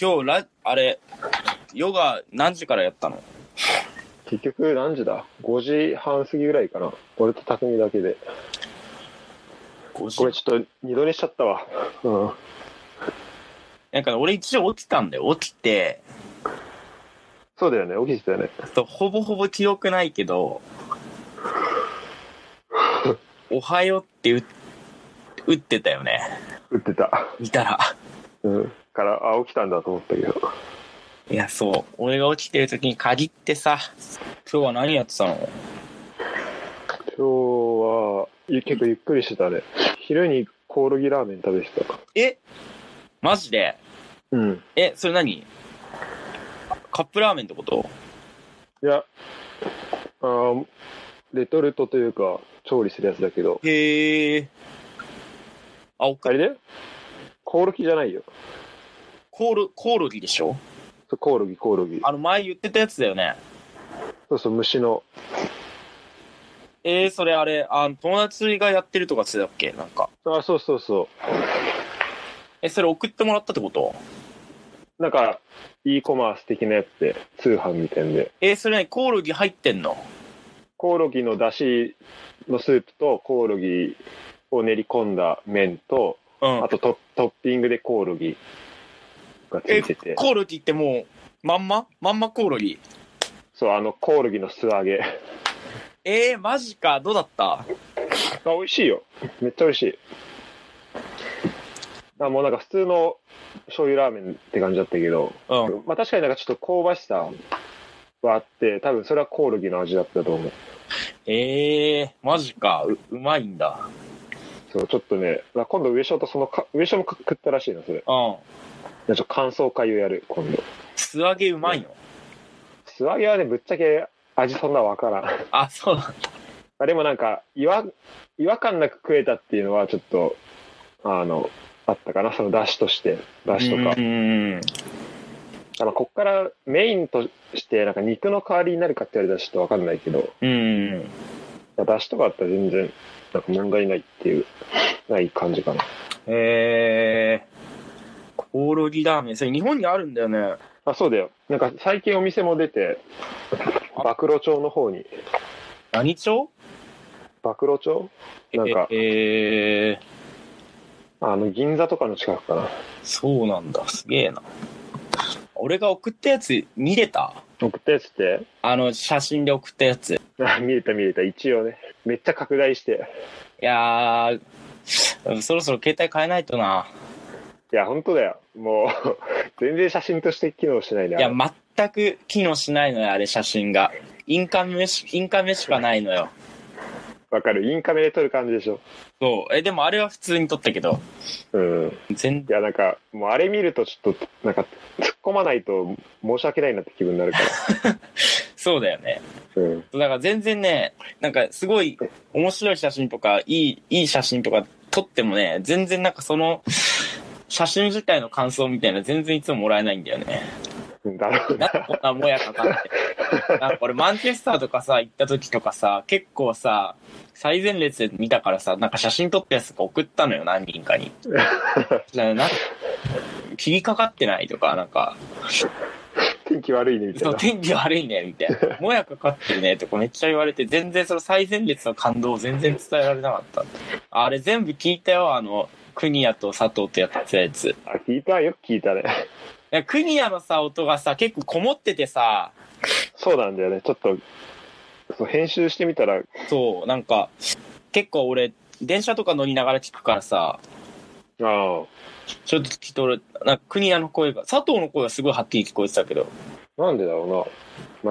今日ラ、あれ、ヨガ何時からやったの結局何時だ ?5 時半過ぎぐらいかな。俺と匠だけで。これちょっと二度寝しちゃったわ。うん。なんか俺一応起きたんだよ。起きて、そうだよね。起きてたよね。そうほぼほぼ記憶ないけど、おはようって打打ってたよね。打ってた。見たら。うん。から、あ、起きたんだと思ったけど。いや、そう。俺が起きてる時に限ってさ、今日は何やってたの今日は、ゆ結構ゆっくりしてたね。昼にコオロギラーメン食べてた。えマジでうん。え、それ何カップラーメンってこといや、あーレトルトというか、調理するやつだけど。へえ。あ、おあかれねコオロギじゃないよ。コール、コオロギでしょそうコオロギ、コオロギ。あの、前言ってたやつだよね。そうそう、虫の。えー、それあれ、あの、友達がやってるとかしてたっけなんか。あ、そうそうそえ、それ送ってもらったってことう。なんか、e コマース的なやつで、通販みたいんで。えー、それ何コオロギ入ってんのコオロギの出汁のスープと、コオロギを練り込んだ麺と、うんあ。とトトッピングでコオロギがついてて。コオロギってもう、まんままんまコオロギ。そう、あの、コオロギの素揚げ。えー、マジか。どうだったあ、美味しいよ。めっちゃ美味しい。あもうなんか普通の醤油ラーメンって感じだったけど、うん。まあ確かになんかちょっと香ばしさはあって、多分それはコオロギの味だったと思う。えー、マジか。う、うまいんだ。そう、ちょっとね、まあ、今度上昇とそのか、上昇もか食ったらしいな、それ。うん。じゃあちょっと感想会をやる、今度。素揚げうまいの素揚げはね、ぶっちゃけ味そんなわからん。 まあ、そうだ。あでもなんか、違和、違和感なく食えたっていうのはちょっと、あの、あったかな、その出汁として、出汁とか。うん。あのこっからメインとしてなんか肉の代わりになるかって言われたらちょっとわかんないけどうん。出汁とかあったら全然なんか問題ないっていうない感じかなえー、コオロギラーメン。それ日本にあるんだよね。あそうだよなんか最近お店も出てあ暴露町の方に何町暴露町なんかえー、あの銀座とかの近くかなそうなんだ。すげえな。俺が送ったやつ見れた送ったやつってあの、写真で送ったやつ。いあ 見れた見れた一応ねめっちゃ拡大してやー、そろそろ携帯変えないとな。いや本当だよもう 全然写真として機能しないねいや、全く機能しないのよ、あれ写真が。インカメし、インカメしかないのよ。わかるインカメで撮る感じでしょそう。え、でもあれは普通に撮ったけど。うん全いやなんかもうあれ見るとちょっとなんか突っ込まないと申し訳ないなって気分になるかそうだよね。ら、うん、だから全然ね、なんかすごい面白い写真とか、いい、いい写真とか撮ってもね、全然なんかその、写真自体の感想みたいな全然いつももらえないんだよね。うんだなろうんなでこんなもやかかって。なんか俺マンチェスターとかさ、行った時とかさ、結構さ、最前列で見たからさ、なんか写真撮ったやつとか送ったのよ、何人かに。ななんか切りかかってないとか、なんか、天気悪いねみた そいうな天気悪いね、みたい な。もやかかってるね、とかめっちゃ言われて、全然その最前列の感動を全然伝えられなかった。あれ全部聞いたよ、あの、国谷と佐藤ってやったやつ。いあ聞いたよく聞いたねや国谷のさ、音がさ、結構こもっててさ、そうなんだよねちょっとそう編集してみたらそう、なんか、結構俺、電車とか乗りながら聞くからさ、あちょっと聞き取る、なんか国谷の声が、佐藤の声がすごいはっきり聞こえてたけど、あなんでだろうな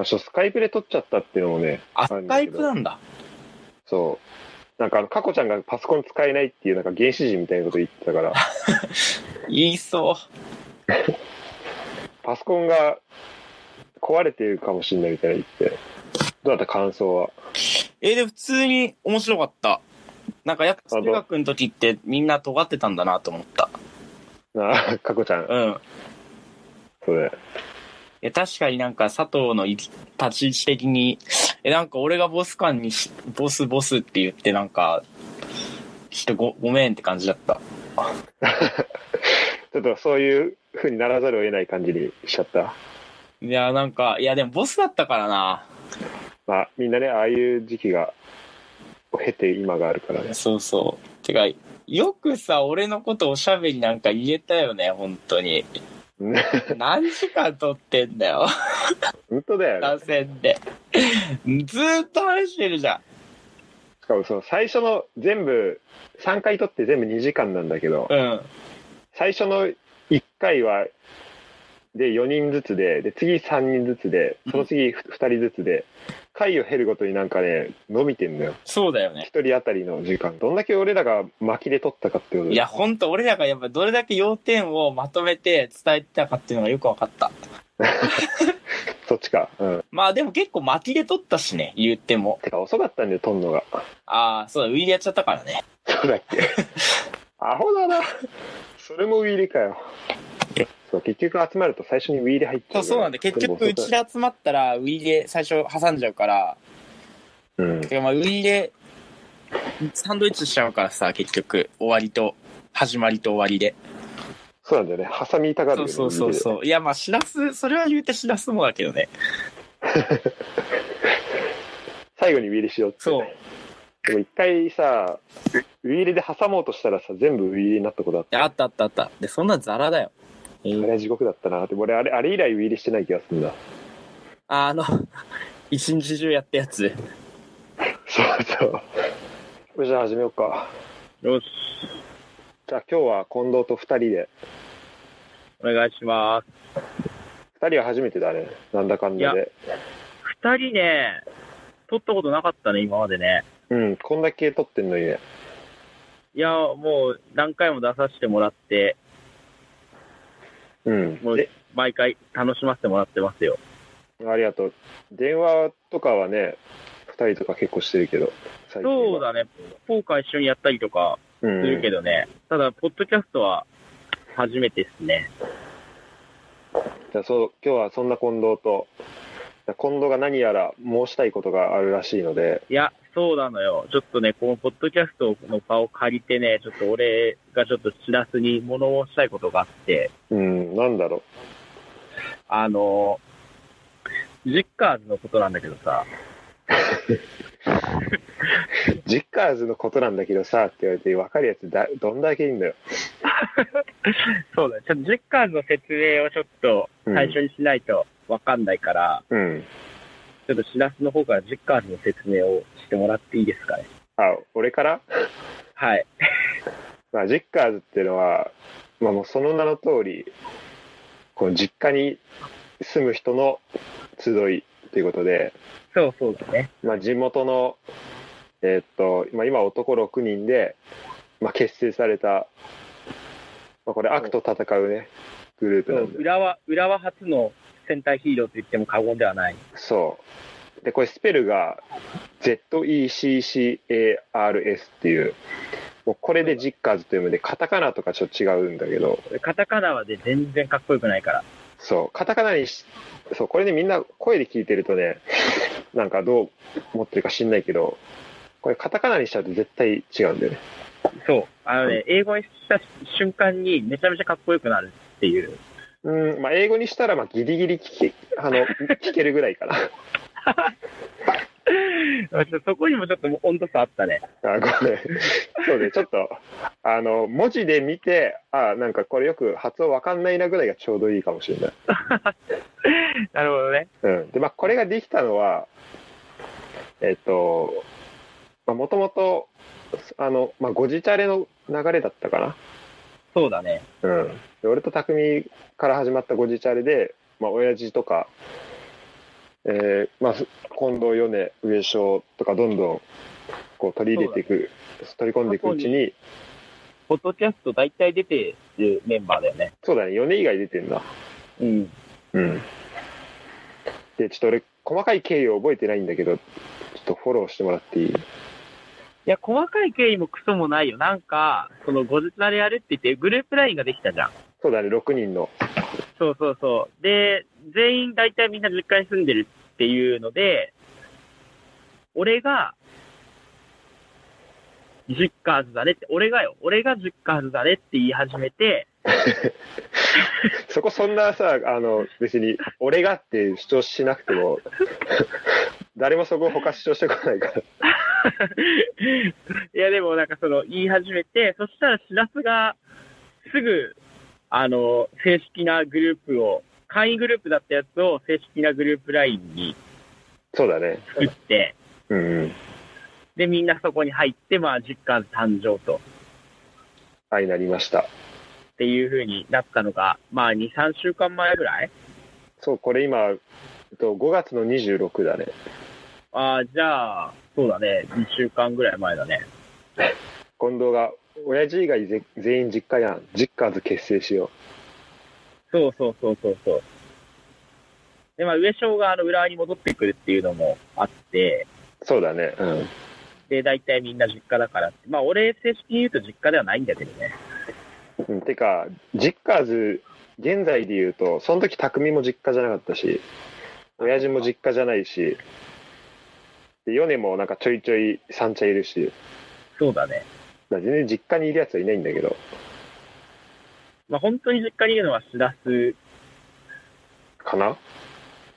まあちょっとスカイプで撮っちゃったっていうのもねあ、るスんカだけイどプなんだ。そうなんかあの佳子ちゃんがパソコン使えないっていうなんか原始人みたいなこと言ってたから言いそう。パソコンが壊れてるかもしれないみたいな言ってどうだった感想はえーでも普通に面白かった。なんかやっぱ中学の時ってみんな尖ってたんだなと思った。なあ 佳子ちゃんうん。いそれや確かになんか佐藤のい立ち位置的に、え、なんか俺がボス感にし、ボスボスって言ってなんか、ちょっとごごめんって感じだった。ちょっとそういう風にならざるを得ない感じにしちゃった。いや、なんか、いや、でもボスだったからな。まあ、みんなね、ああいう時期が、を経て今があるからね。そうそう。てか、よくさ、俺のことおしゃべりなんか言えたよね、本当に。うん何時間撮ってんだよ、本当だよね。打線で。ずーっと話してるじゃん。しかもその最初の全部、3回撮って全部2時間なんだけど、うん。最初の1回は、で、4人ずつで、で、次3人ずつで、その次2人ずつで、回を経るごとになんかね、伸びてんのよ。そうだよね。 1人当たりの時間。どんだけ俺らが巻きで撮ったかってこといや、ほんと、俺らがやっぱどれだけ要点をまとめて伝えてたかっていうのがよく分かった。そっちか。うん。まあでも結構巻きで撮ったしね、言っても。てか遅かったんで、撮んのが。ああ、そうだ、ウィリやっちゃったからね。そうだっ けアホだなそれもウィーリかよそう結局集まると最初にウィーリ入っちそゃううそうなんで、結局、うちで集まったら、ウィで最初挟んじゃうから、うんてかまあ、ウィで、サンドイッチしちゃうからさ、結局、終わりと、始まりと終わりで。そうなんだよね挟みたがるそようねそうそうウィーそう。いや、まあ、しらす、それは言うてしらすもだけどね。リで最後にウィーリしようってそう。でも一回さウィーリで挟もうとしたらさ全部ウィーリになったことあっいたやあったあったあった。で、そんなザラだよ。えあーれは地獄だったなでも俺あれあれ以来ウィーリしてない気がするんだあの、 一日中やったやつ。そうそうじゃあ始めようかよし、じゃあ今日は近藤と2人でお願いします。 2人は初めてだねなんだかんだいで二人ね、撮ったことなかったね、今までね。うんこんだけ撮ってんのにねいや、もう何回も出させてもらって、うんもうで毎回楽しませてもらってますよ。ありがとう。電話とかはね、2人とか結構してるけど、最そうだはね、ポーカー一緒にやったりとかうすん、るけどね、ただ、ポッドキャストは初めてですね。じゃあそう今日はそんな近藤と、近藤が何やら申したいことがあるらしいので、いや、そうなのよ。ちょっとね、このポッドキャストの場を借りてね、ちょっと俺がちょっと知らずに物申したいことがあって、うん、なんだろあの、ジッカーズのことなんだけどさ、う、ジッカーズのことなんだけどさって言われて、分かるやつだ、どんだけいいんだよ。そうだね、ちょっとジッカーズの説明をちょっとうん最初にしないとわかんないから、うん。ちょっとしらすの方からジッカーズの説明をしてもらっていいですかね。あ、俺から、はい。まあ、ジッカーズっていうのは、まあ、もうその名の通り、こう実家に住む人の集いということで、そうそうだね。まあ、地元の、えーっとまあ、今男6人で、まあ、結成された、まあ、これ悪と戦うねグループなんで浦和、浦和初の戦隊ヒーローと言っても過言ではない。そうでこれスペルが ZECCARS っていうもうこれでジッカーズというのでカタカナとかちょっと違うんだけどカタカナはで全然かっこよくないから。そうカタカナにしそうこれねみんな声で聞いてるとねなんかどう思ってるか知んないけどこれカタカナにしちゃうと絶対違うんだよねそう。あのね、英語にした瞬間にめちゃめちゃかっこよくなるって いう。うん、まあ、英語にしたら、まあ、ギリギリ聞け、あの、聞けるぐらいかな。そこにもちょっと温度差あったね。あ、ごめん。そうね、ちょっと、あの、文字で見て、あ、なんかこれよく発音わかんないなぐらいがちょうどいいかもしれない。なるほどね。うん。で、まあ、これができたのは、えっと、まあ、もともと、あの、まあ、ごじチャレの流れだったかそうだね。な。うん。で俺と匠から始まったごじチャレで、まあ、親父とか、えーまあ、近藤米上昇とかどんどんこう取り入れていく、取り込んでいくうちにポッドキャスト大体出てるメンバーだよね。そうだね米以外出てんだうん。うんでちょっと俺細かい経緯を覚えてないんだけどちょっとフォローしてもらっていいいや、細かい経緯もクソもないよ。なんか、その、ごずなれやるって言って、グループラインができたじゃん。そうだね6人のそうそうそう。で、全員大体みんな実家に住んでるっていうので、俺が、実家ーズだねって、俺がよ、俺が実家ーズだねって言い始めて、そこそんなさ、あの、別に、俺がって主張しなくても、 誰もそこ他主張してこないから。いや、でもなんかその、言い始めて、そしたらしらすが、すぐ、あの、正式なグループを、簡易グループだったやつを正式なグループラインにそうだね。作って、うんうん。で、みんなそこに入って、まあ、実感誕生と、愛になりました。っていう風になったのが、まあ、2、3週間前ぐらいそう、これ今、えっと、5月の26だね。ああ、じゃあ、そうだね、2週間ぐらい前だね。近藤が、親父以外ぜ全員実家やん。実家図結成しよそうそうそうそうそう。で、まあ、上昇があの浦和に戻ってくるっていうのもあって、う。そうだね。うん。で、大体みんな実家だからって。まあ、俺、正式に言うと実家ではないんだけどね。うん、てか、実家図、現在で言うと、その時匠も実家じゃなかったし、親父も実家じゃないし、で、ヨネもなんかちょいちょい三茶いるし、そうだね。だから全然実家にいるやつはいないんだけど、まあ、本当に実家にいるのはしらすかな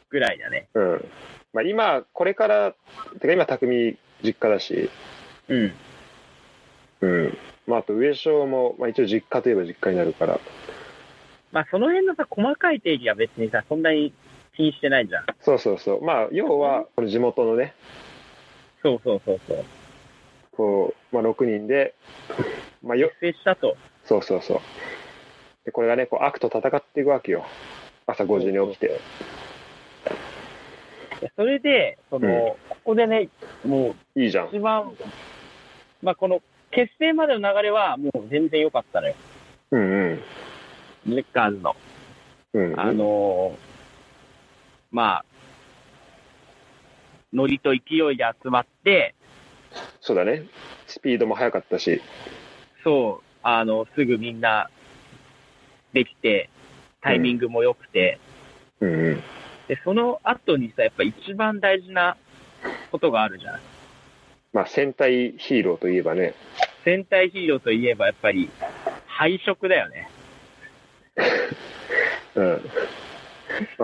ぐらいだね。うん。まあ今、これから、てか今、匠実家だし、うん。うん。まああと上昇も、まあ一応実家といえば実家になるから、まあ、その辺のさ、細かい定義は別にさ、そんなに気にしてないじゃん。そうそうそう。まあ要は、この地元のね、そうそうそうそう。こう、まあ6人で、まあよ、結成したと。そうそうそう。で、これがね、こう悪と戦っていくわけよ。朝5時に起きて。でそれで、その、うんここでね、もう、いいじゃん。一番、まあ、この結成までの流れはもう全然良かったのよ、うんうん。レッカーズの。うん、うん。あのーまあ、ノリと勢いで集まって、そうだね。スピードも速かったし。そう、あの、すぐみんなできて、タイミングも良くて、うんうん。で、その後にさ、やっぱ一番大事なことがあるじゃん。まあ戦隊ヒーローといえばね。戦隊ヒーローといえばやっぱり、配色だよね。うん。まあ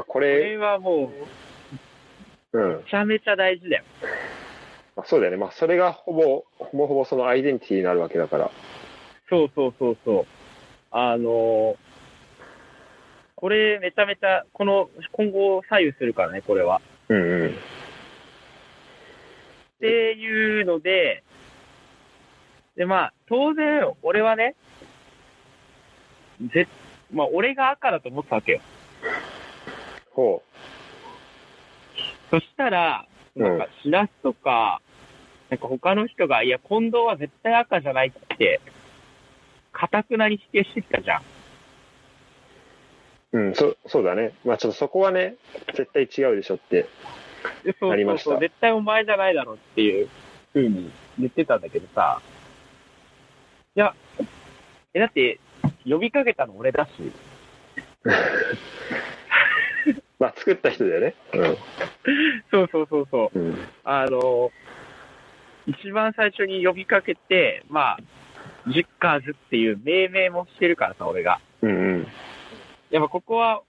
ここれ、れはもうん。う、めちゃめちゃ大事だよ。まあ、そうだよね。まあそれがほぼ、ほぼほぼそのアイデンティティになるわけだから。そうそうそうそう。あのーこれめちゃめちゃ、この、今後を左右するからね、これは。うんうん。っていうので、で、まあ、当然、俺はね、ぜまあ、俺が赤だと思ってたわけよ。ほそしたら、なんか、しらすとか、なんか他の人が、いや、近藤は絶対赤じゃないって、かたくなに否定してきたじゃん。う。うん、そ、そうだね。まあちょっとそこはね、絶対違うでしょって。でそうなりそまうしそたう、絶対お前じゃないだろうっていうふうに言ってたんだけどさ、いや、え、だって、呼びかけたの俺だし、まあ作った人だよね。そうそうそうそう、うん。うん。あの、一番最初に呼びかけて、まあ、ジッカーズっていう命名もしてるからさ、俺が。うんうん。やっぱここは、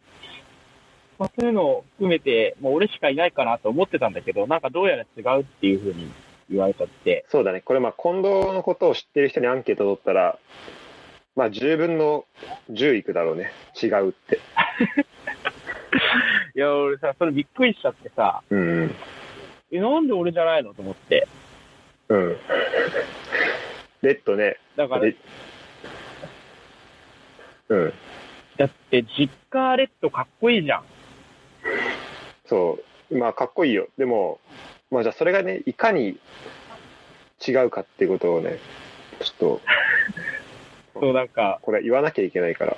まあ、そういうのを含めて、もう俺しかいないかなと思ってたんだけど、なんかどうやら違うっていうふうに言われちゃって、そうだね、これ、まあ、近藤のことを知ってる人にアンケート取ったら、まあ、10分の10いくだろうね、違うって。いや、俺さ、それびっくりしちゃってさ、うん、え、なんで俺じゃないのと思って。うん。 うん。レッドね、だから、レうん、だって、実家レッドかっこいいじゃん。そう、まあ、かっこいいよ。でも、まあ、じゃあ、それがね、いかに違うかっていうことをね、ちょっと、そう、なんか、これは言わなきゃいけないから。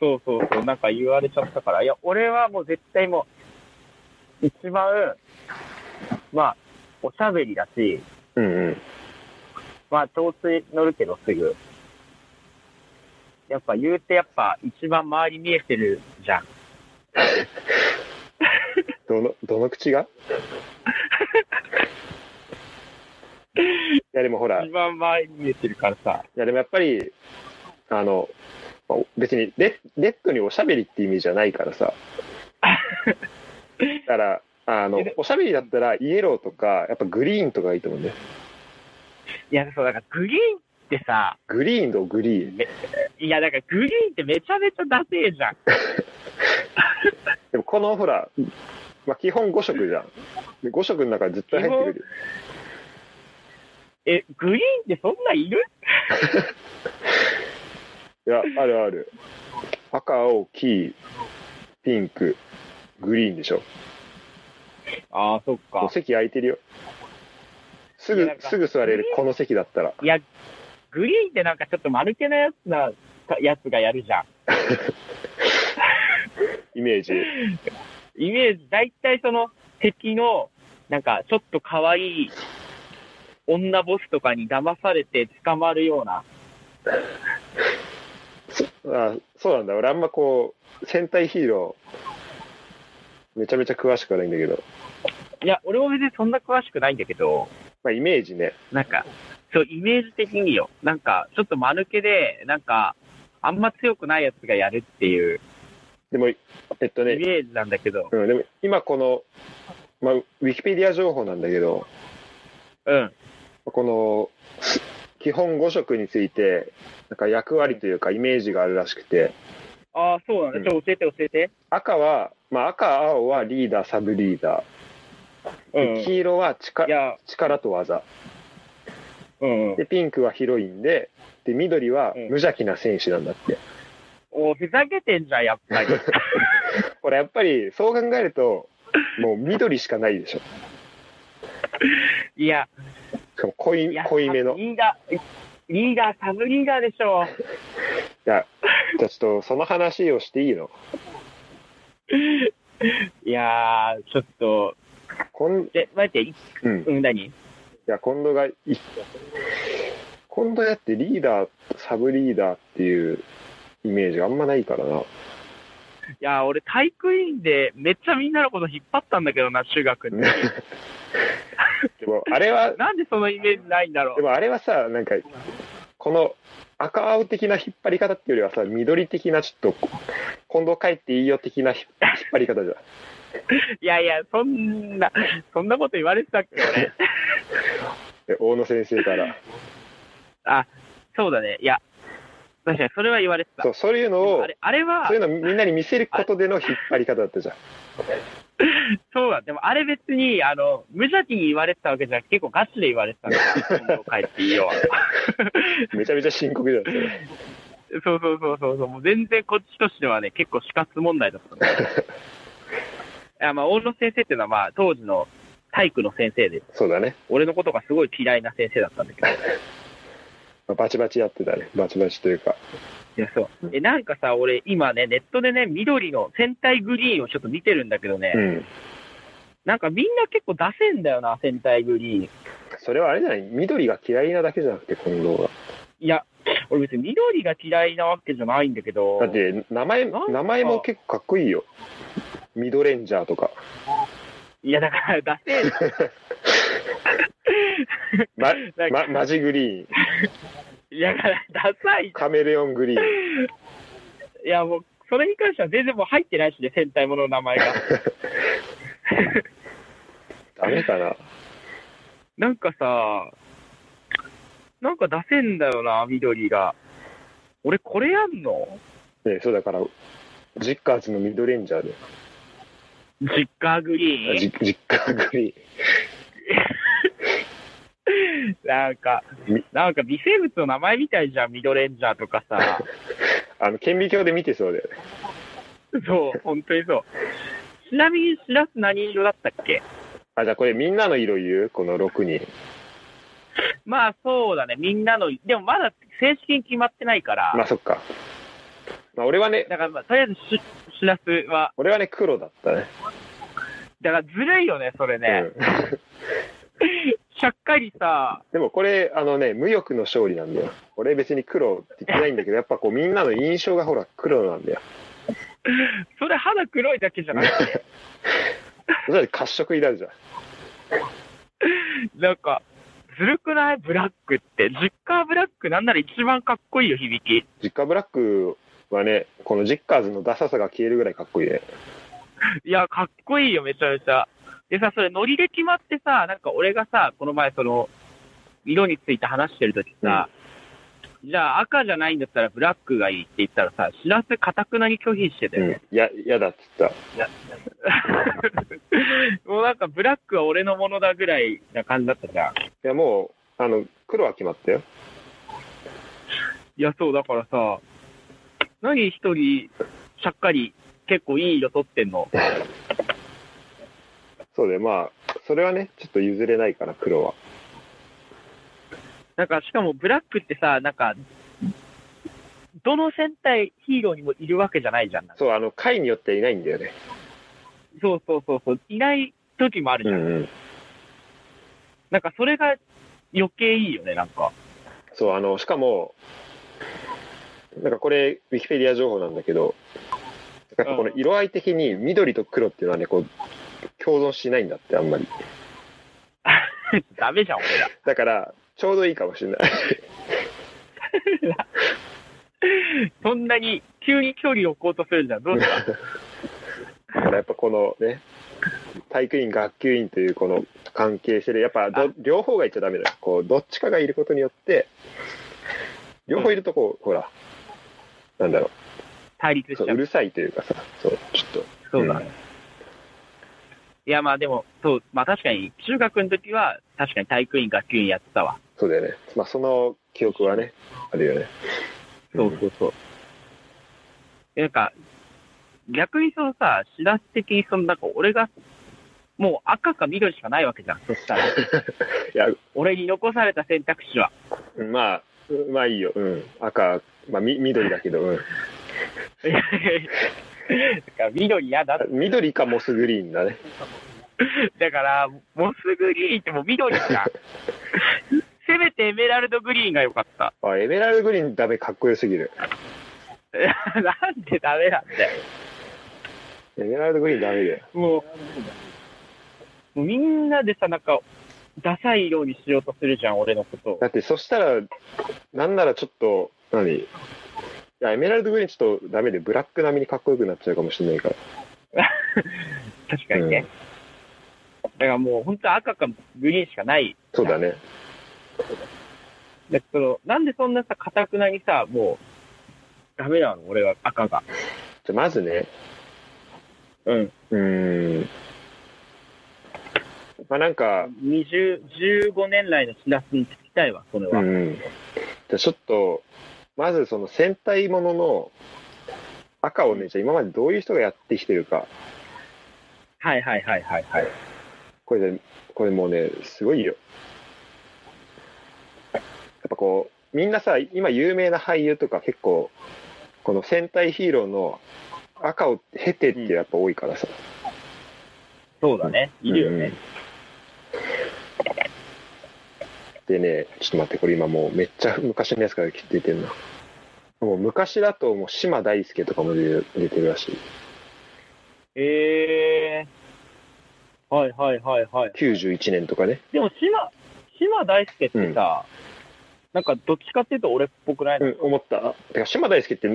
そうそうそう、なんか言われちゃったから、いや、俺はもう絶対もう、一番、まあ、おしゃべりだし、うんうん。まあ、調子に乗るけどすぐ。やっぱ言うて、やっぱ一番周り見えてるじゃん。どの、どの口が いや、でもほら一、番周り見えてるからさ。いやでもやっぱりあのまあ別にレッレッドにおしゃべりって意味じゃないか らさだからあのおしゃべりだったらイエローとかやっぱグリーンとかがいいと思うんだよいや、そう、だからグリーンってさ、グリーンとグリーンいや、だからグリーンってめちゃめちゃダセえじゃん。でもこのほら、まあ、基本5色じゃんで5色の中に絶対入ってくるえ、グリーンってそんないるいやあるある赤青黄ピンクグリーンでしょああ、そっもかう。席空いてるよすいやぐなんかすぐ座れるこの席だったらいや、グリーンってなんかちょっと丸けなやつな、かやつがやるじゃん。イメージイメージ、大体その敵の、なんかちょっと可愛い女ボスとかに騙されて捕まるような。あそうなんだ俺あんまこう戦隊ヒーローめちゃめちゃ詳しくはないんだけど、いや、俺も別にそんな詳しくないんだけど、まあ、イメージねなんか、そう、イメージ的によ。なんか、ちょっと間抜けで、なんか、あんま強くないやつがやるっていうでもえっとイね、メージなんだけど、うん、でも今この、まあ、ウィキペディア情報なんだけどうん。このす基本5色についてなんか役割というかイメージがあるらしくてああ、そうなんだ。ちょ、教えて教えて。赤は、まあ、赤青はリーダーサブリーダうーで黄色はい力や、力と技うん、うん。でピンクはヒロインでで緑は無邪気な戦士なんだって。おふざけてんじゃん、やっ ぱり。これやっぱりそう考えるともう緑しかないでしょいや、しかも濃いいや濃いめのリーダー、リーダー、サブリーダーでしょ。いやじゃあちょっとその話をしていいのいやー、ちょっと、こん、え、待って、いうん、いうん、何や近藤がい近藤だってリーダーサブリーダーっていうイメージがあんまないからないやー、俺、体育委員で、めっちゃみんなのこと引っ張ったんだけどな、中学に。でもあれはなんでそのイメージないんだろでもあれはさなんかこの赤青的な引っ張り方っていうよりはさ緑的なちょっと近藤帰っていいよ的な引っ張り方じゃんう。いやいや、そんな、そんなこと言われてたっけ、俺。で大野先生からあ、そうだね。いや、確かに、それは言われてた。そうそういうのでもをあれあれはそうい、うのみんなに見せることでの引っ張り方だったじゃん。そうだ、でもあれ別に、あの、無邪気に言われてたわけじゃなくて、結構ガチで言われて たんだよ。今度帰っていいよ。めちゃめちゃ深刻じゃんそれ。そうそうそうそうそう、もう全然こっちとしてはね、結構死活問題だ ったんだよいや、まあ、大野先生っていうのは、まあ、当時の体育の先生で、そうだね。俺のことがすごい嫌いな先生だったんだけど。まあバチバチやってたね。バチバチというか。いや、そう。え、なんかさ、俺、今ね、ネットでね、緑の戦隊グリーンをちょっと見てるんだけどね、うん。なんかみんな結構出せんだよな、戦隊グリーン。それはあれじゃない緑が嫌いなだけじゃなくて、近藤が。いや、俺別に緑が嫌いなわけじゃないんだけど。だって、名前、なんか名前も結構かっこいいよ。ミドレンジャーとか。いや、だから、だせえななま、んまかマジグリーン。いや、だから、ダサい。カメレオングリーン。いや、もう、それに関しては全然もう入ってないしね、戦隊ものの名前が。ダメかな。なんかさ、なんか出せんだよな、緑が。俺、これやんのねそうだから、ジッカーズのミドレンジャーで。ジッカーグリージジッカーグン。リなんかみ、なんか微生物の名前みたいじゃん、ミドレンジャーとか さ。ーン。あの、顕微鏡で見てそうだよね。そう、本当にそう。ちなみに、しらす何色だったっけあ、じゃあこれみんなの色言うこの6人。まあ、そうだね、みんなの、でもまだ正式に決まってないから、まあそっか。まあ俺はね、だから、まあ、とりあえずし、しらすは、俺はね、黒だったね。だからずるいよね、それね。うん、しゃっかりさ、でもこれ、あのね、無欲の勝利なんだよ。俺別に黒って言ってないんだけど、やっぱこうみんなの印象がほら黒なんだよ。それ肌黒いだけじゃなくて、それ褐色になるじゃん。なんか、ずるくないブラックって。実家ブラックなんなら一番かっこいいよ、響き。実家ブラックはね、このジッカーズのダサさが消えるぐらいかっこいいね。いや、かっこいいよ、めちゃめちゃ。でさ、それノリで決まってさ、なんか俺がさ、この前その、色について話してるときさ、じゃあ赤じゃないんだったらブラックがいいって言ったらさ、しらすかたくなに拒否してたうよんね。。や、やだっつった。もうなんかブラックは俺のものだぐらいな感じだったじゃん。いや、もう、あの、黒は決まったよ。いや、そう、だからさ、何一人、しゃっかり、結構いい色取ってんの。そうで、まあ、それはね、ちょっと譲れないから、黒は。なんか、しかもブラックってさ、なんか、どの戦隊ヒーローにもいるわけじゃないじゃん。そう、あの、回によっていないんだよね。そうそうそうそう、いない時もあるじゃん。うん。なんか、それが余計いいよね、なんか。そう、あの、しかも、なんかこれ、ウィキペディア情報なんだけど、やっぱこの色合い的に緑と黒っていうのはね、こう、共存しないんだって、あんまり。ダメじゃん、俺ら。だから、ちょうどいいかもしれない。そんなに、急に距離を置こうとするんじゃん。どうしただからやっぱこのね、体育院、学級委員というこの関係性で、やっぱど両方がいちゃダメだよ。こう、どっちかがいることによって、両方いるとこう、ほら、なんだろ対立う、しそうちうゃう。るさいというかさ、そう、ちょっそうだね。いや、まあでも、そう、まあ確かに、中学の時は、確かに体育院、学級委員やってたわ。と、そうだよね。まあ、その記憶はね、あるよね。そうそうそう。なんか、逆にそのさ、知らす的にその、なんか俺が、もう赤か緑しかないわけじゃん。そしたら、 いや、俺に残された選択肢は。 うんまあ、うんまあいいよ、うん。赤、まあ、み緑だけど、うん。だから緑嫌だって。緑かモスグリーンだね。だから、モスグリーンってもう緑じゃん。せめてエメラルドグリーンが良かった。 あ、エメラルドグリーンダメ、かっこよすぎる。なんでダメなんだよ。エメラルドグリーンダメだよ。もう、もうみんなでさ、なんか、ダサいようにしようとするじゃん、俺のことを。だってそしたら、なんならちょっと、何いや、エメラルドグリーンちょっとダメで、ブラック並みにかっこよくなっちゃうかもしれないから。確かにね。だからもう本当赤かグリーンしかない。そうだね。だけど、なんでそんなさ、かたくなにさ、もう、ダメなの俺は赤が。じゃあまずね、うん。うーん。まあなんか、 20、15年来のシラスに聞きたいわ、それうは。ん。じゃあちょっと、まずその戦隊ものの赤をね、じゃあ今までどういう人がやってきてるか。はいはいはいはいはい。これで、これもうね、すごいよ。やっぱこう、みんなさ、今有名な俳優とか結構、この戦隊ヒーローの赤を経てってやっぱ多いからさ。そうだね。いるよね。うん。でね、ちょっと待って、これ今もうめっちゃ昔のやつから出てんな。もう昔だともう島大輔とかも出て出てるらしい。えー。はいはいはいはい。 91年とかね。でも、島、島大輔ってさ、なんかどっちかっていうと俺っぽくない、うん、思った。てか島大輔 って、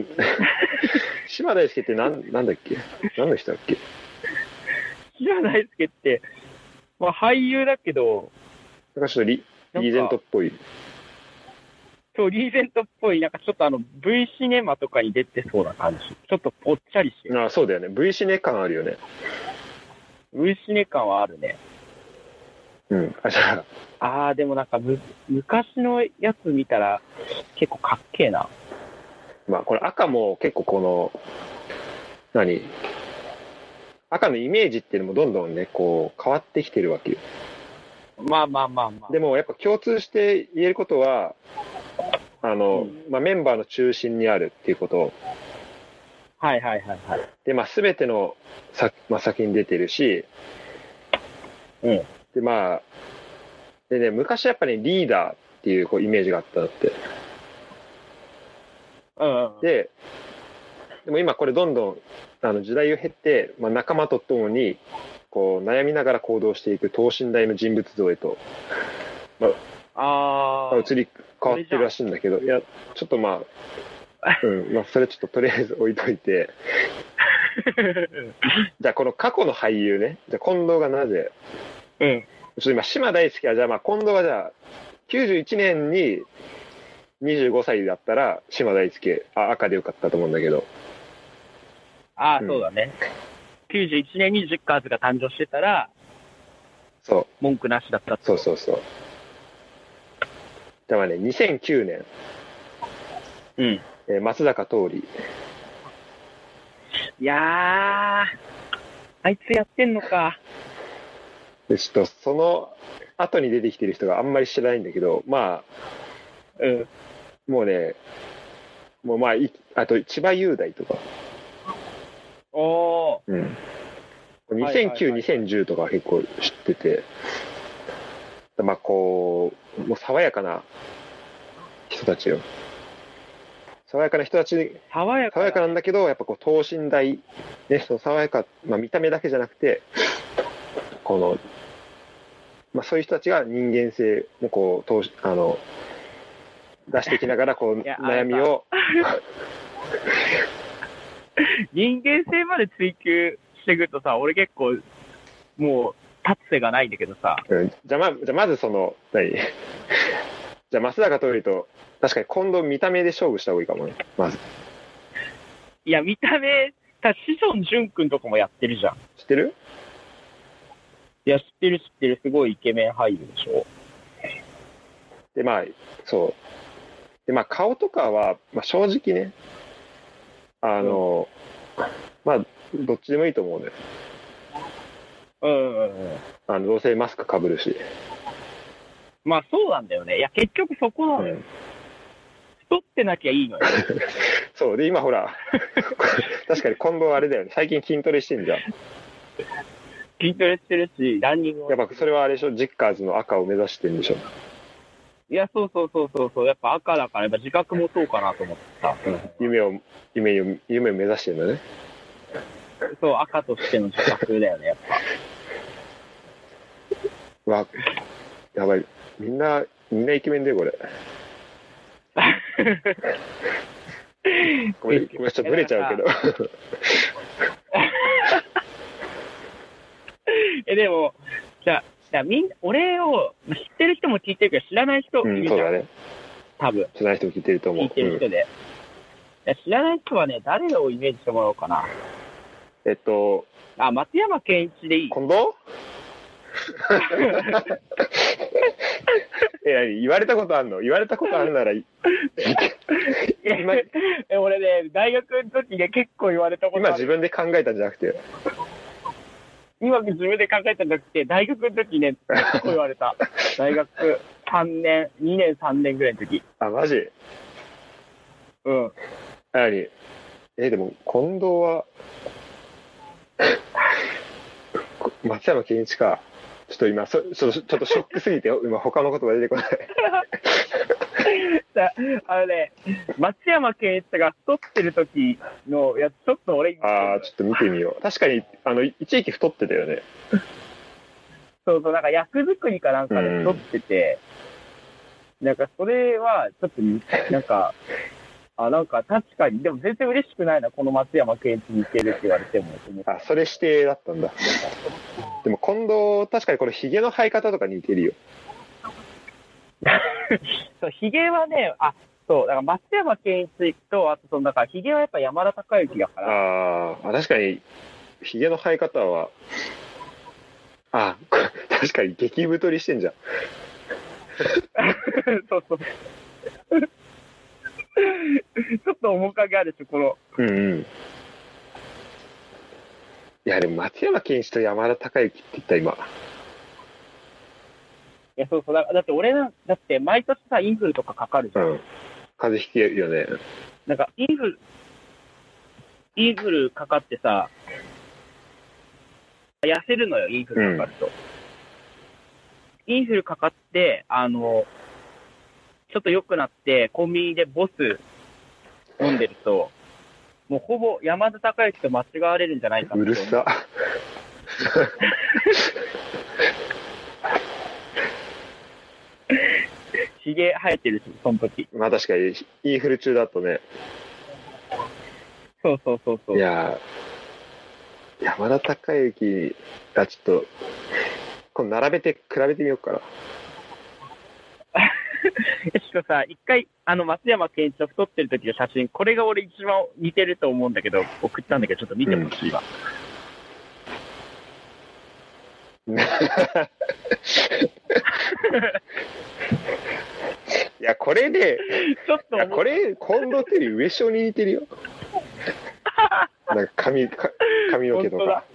島大輔ってなんなんだっけ何の人だっけ島大輔って、まあ俳優だけど、なんかちょっとリなんかリーゼントっぽい。そう、リーゼントっぽい、なんかちょっとあの、V シネマとかに出てそうな感じ。ちょっとぽっちゃりしてる。あそうだよね。V シネ感あるよね。 V シネ感はあるね。うん。あ、じゃあ、あー、でもなんかむ、昔のやつ見たら、結構かっけえな。まあ、これ赤も結構この、何赤のイメージっていうのもどんどんね、こう、変わってきてるわけよ。まあまあまあまあ。でもやっぱ共通して言えることは、あの、うまあ、メンバーの中心にあるっていうこと。はいはいはいはい。で、まあ、すべてのさ、まあ、先に出てるし、うんで、まあ、でね、昔やっぱり、ね、リーダーっていうこうイメージがあったんだって。うんうんうん。で、でも今これどんどんあの時代を経て、まあ、仲間とともにこう悩みながら行動していく等身大の人物像へと、まああ、ー。移り変わってるらしいんだけど、いや、ちょっとま あ、うんまあ、それちょっととりあえず置いといて、じゃあこの過去の俳優ね、じゃあ近藤がなぜ、うん。ちょっと今、島大好きは、じゃあまあ近藤がじゃあ、91年に25歳だったら、島大輔あ、赤でよかったと思うんだけど、ああ、うんそうだね。91年にジッカーズが誕生してたら、そう、文句なしだったってそうそうそう。じゃあまあね、2009年、うん。えー松坂桃李、いやー、あいつやってんのか。でちょっとその後に出てきてる人があんまり知らないんだけど、まあ、うん。もうね、もうまあ、いあと千葉雄大とか、おー。うん、はいはいはい2009、2010とか結構知ってて、まあこう、もう爽やかな人たちよ。爽やかな人たち、爽やか爽な。やかなんだけど、やっぱこう等身大、ね、その爽やか、まあ、見た目だけじゃなくて、この、まあ、そういう人たちが人間性もこう、等しあの、出していきながら、こう、いや悩みを、人間性まで追求してくるとさ、俺結構、もう、立つ瀬がないんだけどさ。うんじゃあま、じゃあまずその、何 じゃあ、増坂通りと、確かに今度見た目で勝負した方がいいかもね。まず。いや、見た目、たシジョンジュン君とかもやってるじゃん。知ってるいや、知ってる知ってる、すごいイケメン俳優でしょ。で、まあ、そう。で、まあ、顔とかは、まあ、正直ね、あの、まあ、どっちでもいいと思うね。うんうんうん。あの、どうせマスクかぶるし。まあそうなんだよね。いや、結局そこなのよ。うん太ってなきゃいい のよ。そう。で、今ほ ら、確かに今後あれだよね。最近筋トレしてんじゃん。筋トレしてるし、ランニングをやっぱそれはあれでしょ、ジッカーズの赤を目指してんでしょ。いや、そうそうそうそうそう。やっぱ赤だから、やっぱ自覚もそうかなと思ってさ。夢を、夢を、夢を目指してんだね。そう、赤としての自覚だよ ね、やっぱ。わ、やばい。みんな、みんなイケメンだ よ、これ。ごめん、ごめん、ちょっとブレちゃうけど。え、でも、じゃあ、じゃあみん、俺を知ってる人も聞いてるけど、知らない人いうるん、じそうゃだん、ね。多分。知らない人も聞いてると思聞うい。てるう人で。いや知らない人はね、誰をイメージしてもらおうかな。んえっと、あ、松山健一でいい。近藤 え、何言われたことあんの言われたことあるなら、い今、 え俺ね、大学の時ね、結構言われたこと今あ自る。分で考えたんじゃなくて、今自分で考えたんじゃなくて、大学の時ね、結構言われた。大学3年、2年、3年ぐらいの時。あ、マジうん。何え、でも、近藤は、 こ松山ケンイチか。ちょっと今、そちょっとちょっとショックすぎて、今、他の言葉出てこない。だあのね、松山健一が太ってる時のやつ、ちょっと俺、ああ、ちょっと見てみよう。確かに、あの、一時期太ってたよね。そうそう、なんか役作りかなんかで太ってて、なんかそれは、ちょっとに、なんか、あ、なんか確かに、でも全然嬉しくないな、この松山健一に似てるって言われても。あ、それ指定だったんだ。でも、近藤、確かにこのヒゲの生え方とか似てるよ。そう、ヒゲはね、あ、そう、だから松山健一と、あとその、だからヒゲはやっぱ山田孝之だから、あーあ、確かに、ヒゲの生え方は、あこ確かに激太りしてんじゃん。 そうそう。ちょっと面影あるでしょ、この、うんうん。いや、でも松山健一と山田孝之って言った今。いや、そうそう、だだって俺なん、だって毎年さ、インフルとかかかるじうゃん。ん。風邪ひきよね。なんか、インフル、インフルかかってさ、痩せるのよ、インフルかかると。インフルかかって、あの、ちょっと良くなって、コンビニでボス飲んでると、もうほぼ山田孝之と間違われるんじゃないかうるさ。 ひげ生えてるし、その時。まあ確かに、インフル中だとね。そうそうそうそう。いやー山田孝之がちょっと、こう並べて、比べてみようかな。えしかさ、一回、あの、松山健一郎太ってる時の写真、これが俺一番似てると思うんだけど、送ったんだけど、ちょっと見てほしいわ。いや、これで、 ちょっいとや思これ、近藤っていうより上昇に似て るよ。なんか髪か髪の毛と本当だか。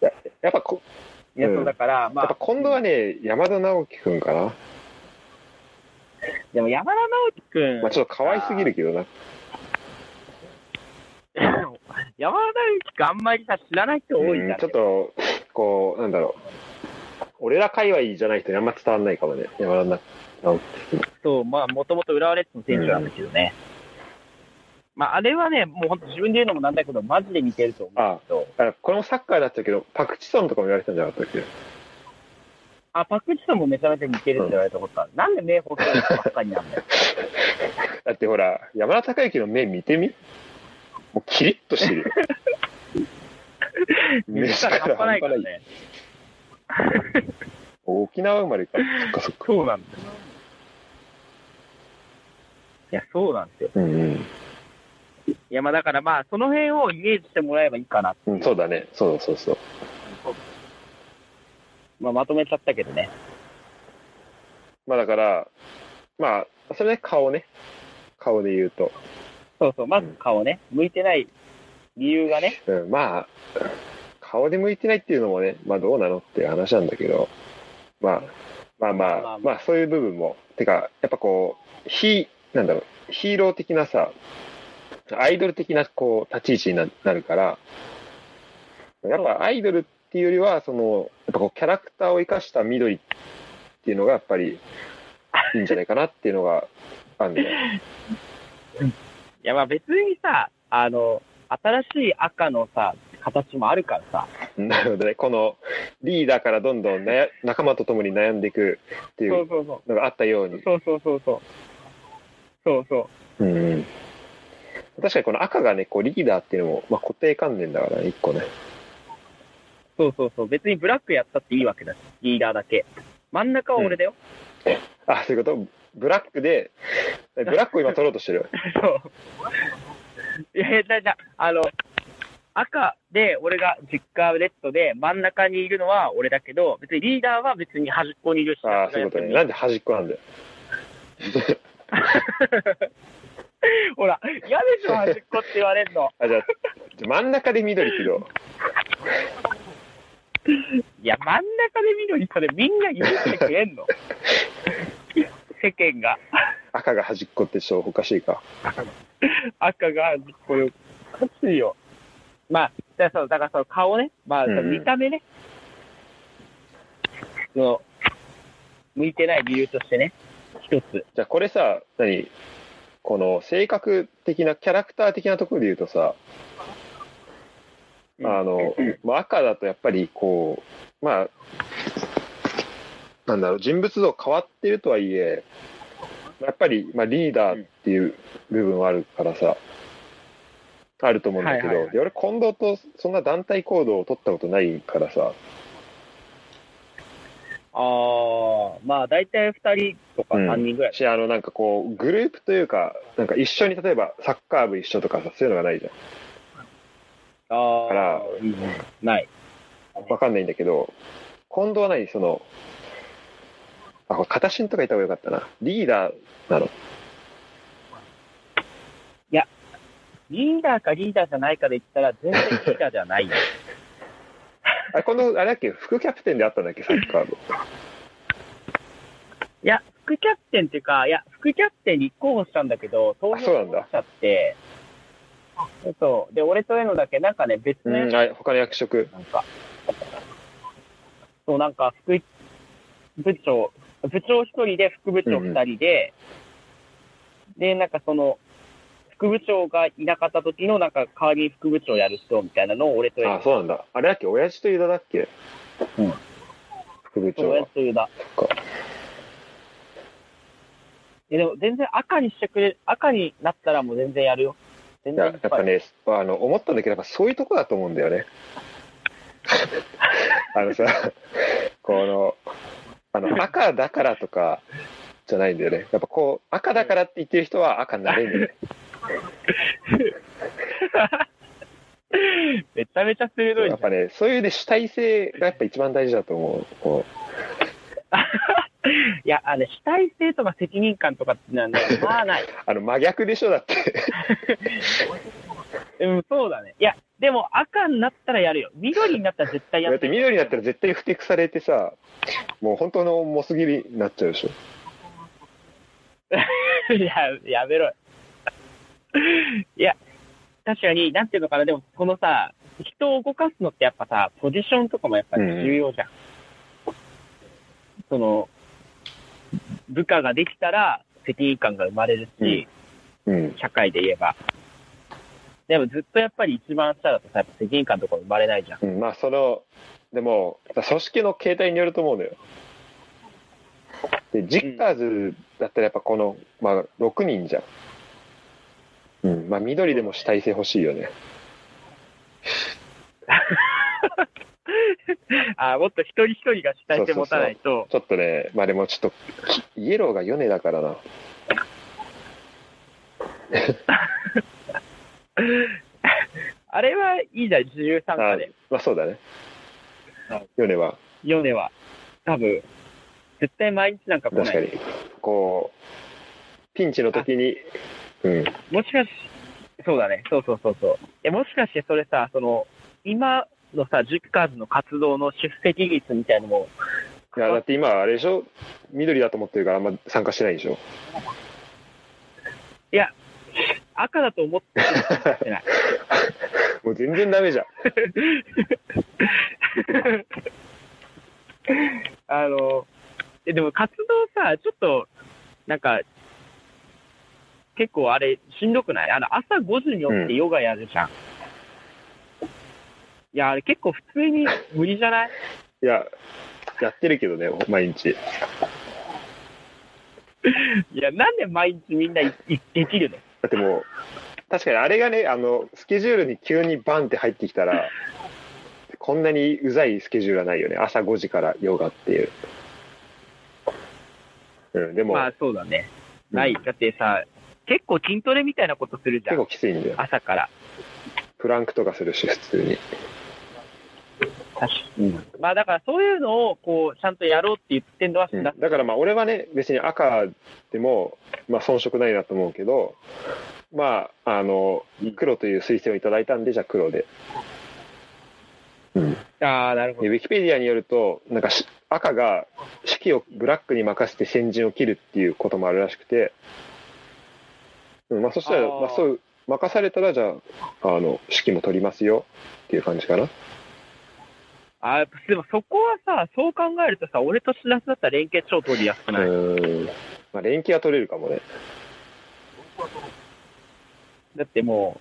ややっぱこ、いや、うんそうだから、まやっぱあ、近藤はね、山田直樹くんかな。でも山田直樹くん、まあちょっと可愛すぎるけどな。山田直樹くんあんまりさ、知らない人多いんだ、ねうんちょっと、こう、なんだろう。俺ら界隈じゃない人にあんま伝わんないかもね。山田なそう、まあ、もともと浦和レッズの選手なんですけどね。まあ、あれはね、もう本当自分で言うのもなんだけど、マジで似てると思うけど、だからこれもサッカーだったけど、パクチソンとかも言われてたんじゃなかったっけあ、パクチソンもめちゃめちゃ似てるって言われたことある。なんで名宝選手ばっかりなんだよ。だってほら、山田孝之の目見てみもうキリッとしてるよ。 目 見た力半端ない半か端らない。ね。沖縄生まれか。そっかそっか。そうなんだよ。いや、そうなんですよ。うんうんいや、まあだからまあ、その辺をイメージしてもらえばいいかな。うん。そうだね。そうそうそう。まあ、まとめちゃったけどね。まあだから、まあ、それね、顔ね。顔で言うと。そうそう、まず顔ね、向いてない理由がね、うん、まあ、顔で向いてないっていうのもね、まあどうなのっていう話なんだけど、まあ、ままああままあ、あまあそういう部分も、てか、やっぱこう、ヒー、なんだろう、ヒーロー的なさ、アイドル的なこう、立ち位置にななるから、やっぱアイドルっていうよりは、その、やっぱこう、キャラクターを生かした緑っていうのがやっぱり、いいんじゃないかなっていうのが、あるんだよ。いやまあ別にさ、あの、新しい赤のさ、形もあるからさ、 なるほどね。このリーダーからどんどん悩仲間と共に悩んでいくっていうそうそうそう、のがあったように。そうそうそうそう、そうそう、うんうん、確かにこの赤がね、こうリーダーっていうのも、まあ、固定観念だからね、一個ね。そうそうそう、別にブラックやったっていいわけだし、リーダーだけ。真ん中は俺だよ。あ、そういうことブラックで、ブラックを今取ろうとしてる。 そう。いやいや、じゃあじゃああの、赤で俺が実家レッドで真ん中にいるのは俺だけど、別にリーダーは別に端っこにいるし、ああ、そういうことね。なんで端っこなんだよ。ほら、嫌でしょ、端っこって言われる の。あ、じゃあ、じゃあ真ん中で緑ってどいや、真ん中で緑それみんな許してくれんの世間が。赤が端っこってちょっとおかしいか。赤が、これ、おかしいよ。まあ、だからそう、だからその顔ね、まあ、うんうん見た目ね。その、向いてない理由としてね、一つ。じゃあこれさ、何この性格的な、キャラクター的なところで言うとさ、あの、まあ、赤だとやっぱりこう、まあ、なんだろう、人物像変わってるとはいえ、やっぱり、まあ、リーダーっていう部分はあるからさ、あると思うんだけど、はいはいはいで俺、近藤とそんな団体行動を取ったことないからさ、ああ、まあ、大体二人とかうん三人ぐらい。し、あの、なんかこう、グループというか、なんか一緒に、例えばサッカー部一緒とかさ、そういうのがないじゃあかあら、いいねない。ん。わかんないんだけど、近藤は何その、あ、これ、片新とかいた方がよかったな。リーダーなの。リーダーかリーダーじゃないかで言ったら、全然リーダーじゃ ないよ。あれ、今度、あれだっけ、副キャプテンであったんだっけ、サッカーいの。や、副キャプテンっていうか、いや、副キャプテン立候補したんだけど、投あそうな票んだしちゃって、そうで、俺とえのだけ、なんかね、別のやうん、あれ他の役職。つ、なんか、そう、なんか、副部長、部長一人で、副部長二人で、で、なんかその、副部長がいなかった時の、なんか、代わりに副部長やる人みたいなのを俺とえあの、、そうなんだ。あれだっけ、親父とユダだっけ。うん副部そう長やはっ。というだ。えでも全然赤にしてくれ、赤になったらもう全然やるよ。全い然やいやっっぱいぱねあの思ったんだけどやっぱそういうとこだと思うんだよね あのさこのあの赤だからとかじゃないんだよねやっぱこう赤だからって言ってる人は赤になれるんだよねめちゃめちゃ鋭いじやゃっん。ぱねそういうね主体性がやっぱ一番大事だと思うこいや、あの、主体性とか責任感とかってなんだよ。まあない。うあの真逆でしょだってうん、そうだね。いや、でも赤になったらやるよ。緑になったら絶対やだる。って緑になったら絶対ふてくされてさもう本当のモス切りになっちゃうでしょ いや、やめろ。いや、確かに、なんていうのかな、でも、このさ、人を動かすのってやっぱさ、ポジションとかもやっぱ重要じゃん。その、部下ができたら責任感が生まれるし、うん社会で言えば。でもずっとやっぱり一番下だとさ、やっぱ責任感とか生まれないじゃん。うん、まあそのでも組織の形態によると思うのよでジッターズだったらやっぱこの、まあ、6人じゃんうんまあ緑でも主体性欲しいよねあーもっと一人一人が主体性持たないと、ちょっとねまあでもちょっとイエローが米だからなあれはいいじゃん、13あ課で。まあそうだねはい米はヨネは、多分、絶対毎日なんか来ない。確かにこうピンチの時にうんもしかし、そうだね、そうそうそうそう。え、もしかしてそれさ、その、今のさ、ジュッカーズの活動の出席率みたいのも、いやだって今あれでしょ緑だと思ってるからあんま参加してないでしょ 赤だと思ってしてない。もう全然ダメじゃんあの、え、でも活動さ、ちょっと、なんか、結構あれ、しんどくないあの、朝5時に起きてヨガやるじゃん。ん、いや、あれ結構普通に無理じゃないいややってるけどね毎日いや、なんで毎日みんないいできるのだってもう、確かにあれがね、あの、スケジュールに急にバンって入ってきたら、こんなにうざいスケジュールはないよね。朝5時からヨガっていう。うん、でも、まあそうだね。うんない。だってさ、結構筋トレみたいなことするじゃ結ん構。きついんだよ。朝から。プランクとかするし、普通に。まあだからそういうのを、こう、ちゃんとやろうって言ってんのは、うんだだからまあ、俺はね、別に赤でも、まあ、遜色ないなと思うけど、まあ、あの、黒という推薦をいただいたんで、じゃあ黒で。うん。ああ、なるほでど。ウィキペディアによると、なんかし赤が指揮をブラックに任せて先陣を切るっていうこともあるらしくて、うんまあ、そしたら、あーまあ、そう任されたら、じゃあ、あの指揮も取りますよっていう感じかな。あーやっぱでもそこはさ、そう考えるとさ、俺としらすだったら連携超取りやすくない、うんまあ、連携は取れるかもね。だっても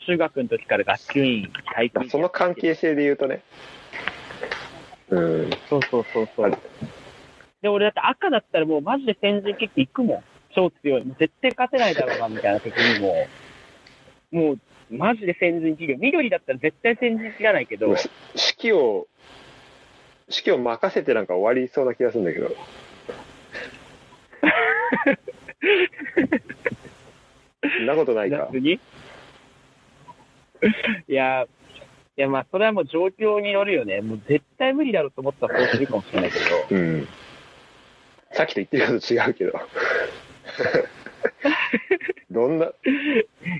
う、中学の時から学級委員、体育委まあ、員その関係性で言うとね。うん、そうそうそうそう。で、俺だって赤だったらもうマジで先陣切っていくもん。超強い。もう絶対勝てないだろうな、みたいな時にもう、もう、マジで先陣切るよ。緑だったら絶対先陣切らないけど、もう指揮を、指揮を任せてなんか終わりそうな気がするんだけど。そんなことないか。夏に。 いや、いやまあ、それはもう状況によるよね。もう絶対無理だろうと思ったらそうするかもしれないけど。うん。さっきと言ってること違う けど。どんな、い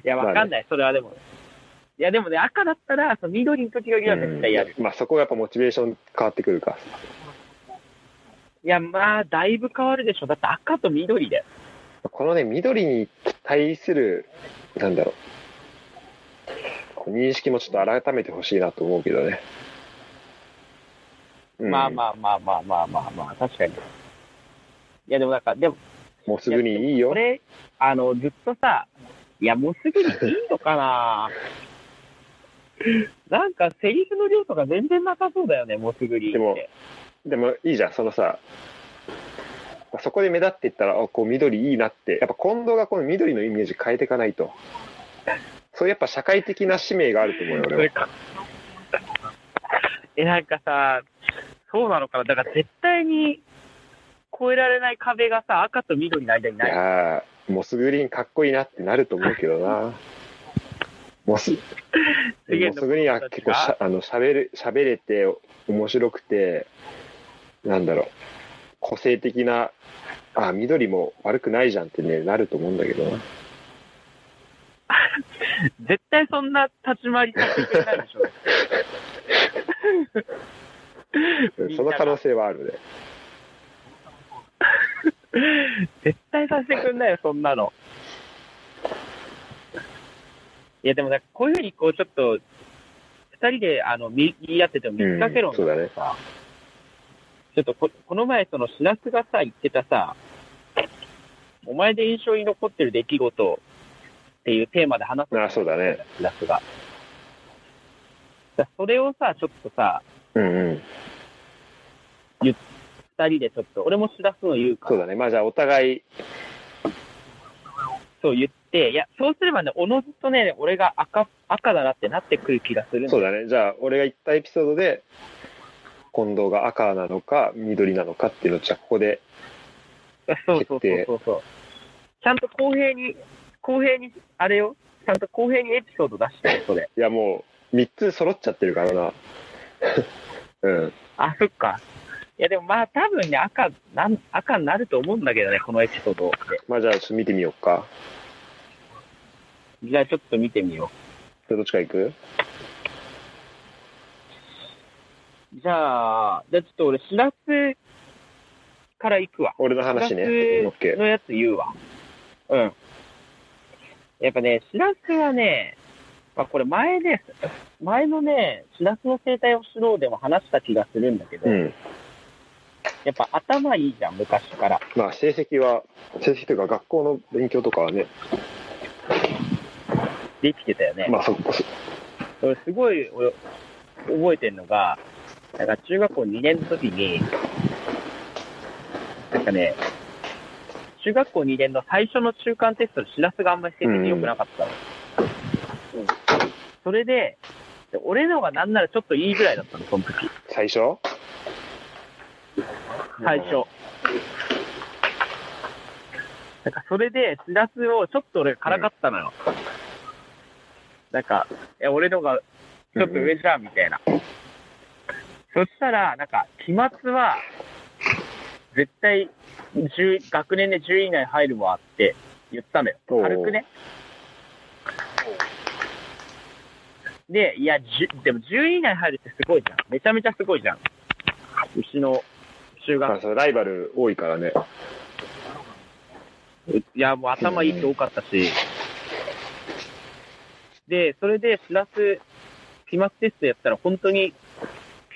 や、わかんない。それはでも。いや、でもね、赤だったら、その緑の時よりは絶対やる。うんまあそこがやっぱモチベーション変わってくるか。いや、まあ、だいぶ変わるでしょ。だって赤と緑だよ。このね、緑に対する、なんだろう。こう認識もちょっと改めてほしいなと思うけどね。うんまあまあまあまあまあまあまあ、確かに。いや、でもなんか、でも、もうすぐにいいよこ。れ、あの、ずっとさ、いや、もうすぐにいいのかななんか、セリフの量とか全然なさそうだよね、もうすぐにって。でもでもいいじゃん、そのさ、まあそこで目立っていったら、あこう緑いいなって、やっぱ近藤がこの緑のイメージ変えていかないと。そういうやっぱ社会的な使命があると思うよ、そ俺れは。か。え、なんかさ、そうなのかな。だから絶対に越えられない壁がさ、赤と緑の間にいない。やーモスグリーンかっこいいなってなると思うけど な。モス、モスグリーンは結構しゃあの喋る喋れて面白くて、なんだろう、個性的な、あ、緑も悪くないじゃんってね、なると思うんだけどな。絶対そんな立ち回りさせてくれないでしょ。うんその可能性はあるね。絶対させてくんないよ、そんなの。いや、でもなんかこういうふうにこう、ちょっと、二人で、あの、見言い合ってても見つかけろ、うんそうだね。ちょっとこ、この前、その、しらすがさ、言ってたさ、お前で印象に残ってる出来事っていうテーマで話すあそうだね。しらすが。だそれをさ、ちょっとさ、うんうん。二人でちょっと、俺もしらすの言うからそうだね。まあじゃあお互い、そう言って、いや、そうすればね、おのずとね、俺が赤、赤だなってなってくる気がするんだそうだね。じゃあ俺が言ったエピソードで、近藤が赤なのか緑なのかっていうのをじゃあここで、そうそうそうそうそう。ちゃんと公平に、公平に、あれよ、ちゃんと公平にエピソード出してよ、それ。いやもう3つ揃っちゃってるからな。 うん。あ、そっか。いや、でもまあ、多分ね、赤、なん、赤になると思うんだけどね、このエピソード。まあじゃあちょっと見てみようか。じゃあ、ちょっと見てみよじゃあどっちから行くう。じゃあ、じゃあちょっと俺、しらすから行くわ。俺の話ね。うんオッケのやつ言うわ。うん。やっぱね、しらすはね、まあこれ前ね、前のね、しらすの生態を知ろうでも話した気がするんだけど、ー。うん。やっぱ頭いいじゃん、昔から。まあ成績は、成績というか学校の勉強とかはね、できてたよね。まあそこ、俺すごい俺覚えてるのが、なんか中学校2年の時に、なんかね、中学校2年の最初の中間テストでしらすがあんまり成績良くなかったの。うんそれで、で俺のがなんならちょっといいぐらいだったの、その時。最初最初。なんかそれで、しらすをちょっと俺からかったのよ。なんか、え、俺のがちょっと上じゃん、みたいな。そしたら、なんか、期末は、絶対、10学年で10位以内入るわって言ったのよ。おう軽くね。で、いや、10でも10位以内入るってすごいじゃん。めちゃめちゃすごいじゃん。うちの中まあ学それライバル多いからね。いや、もう頭いい人多かったし。で、それで、プラス、期末テストやったら、本当に、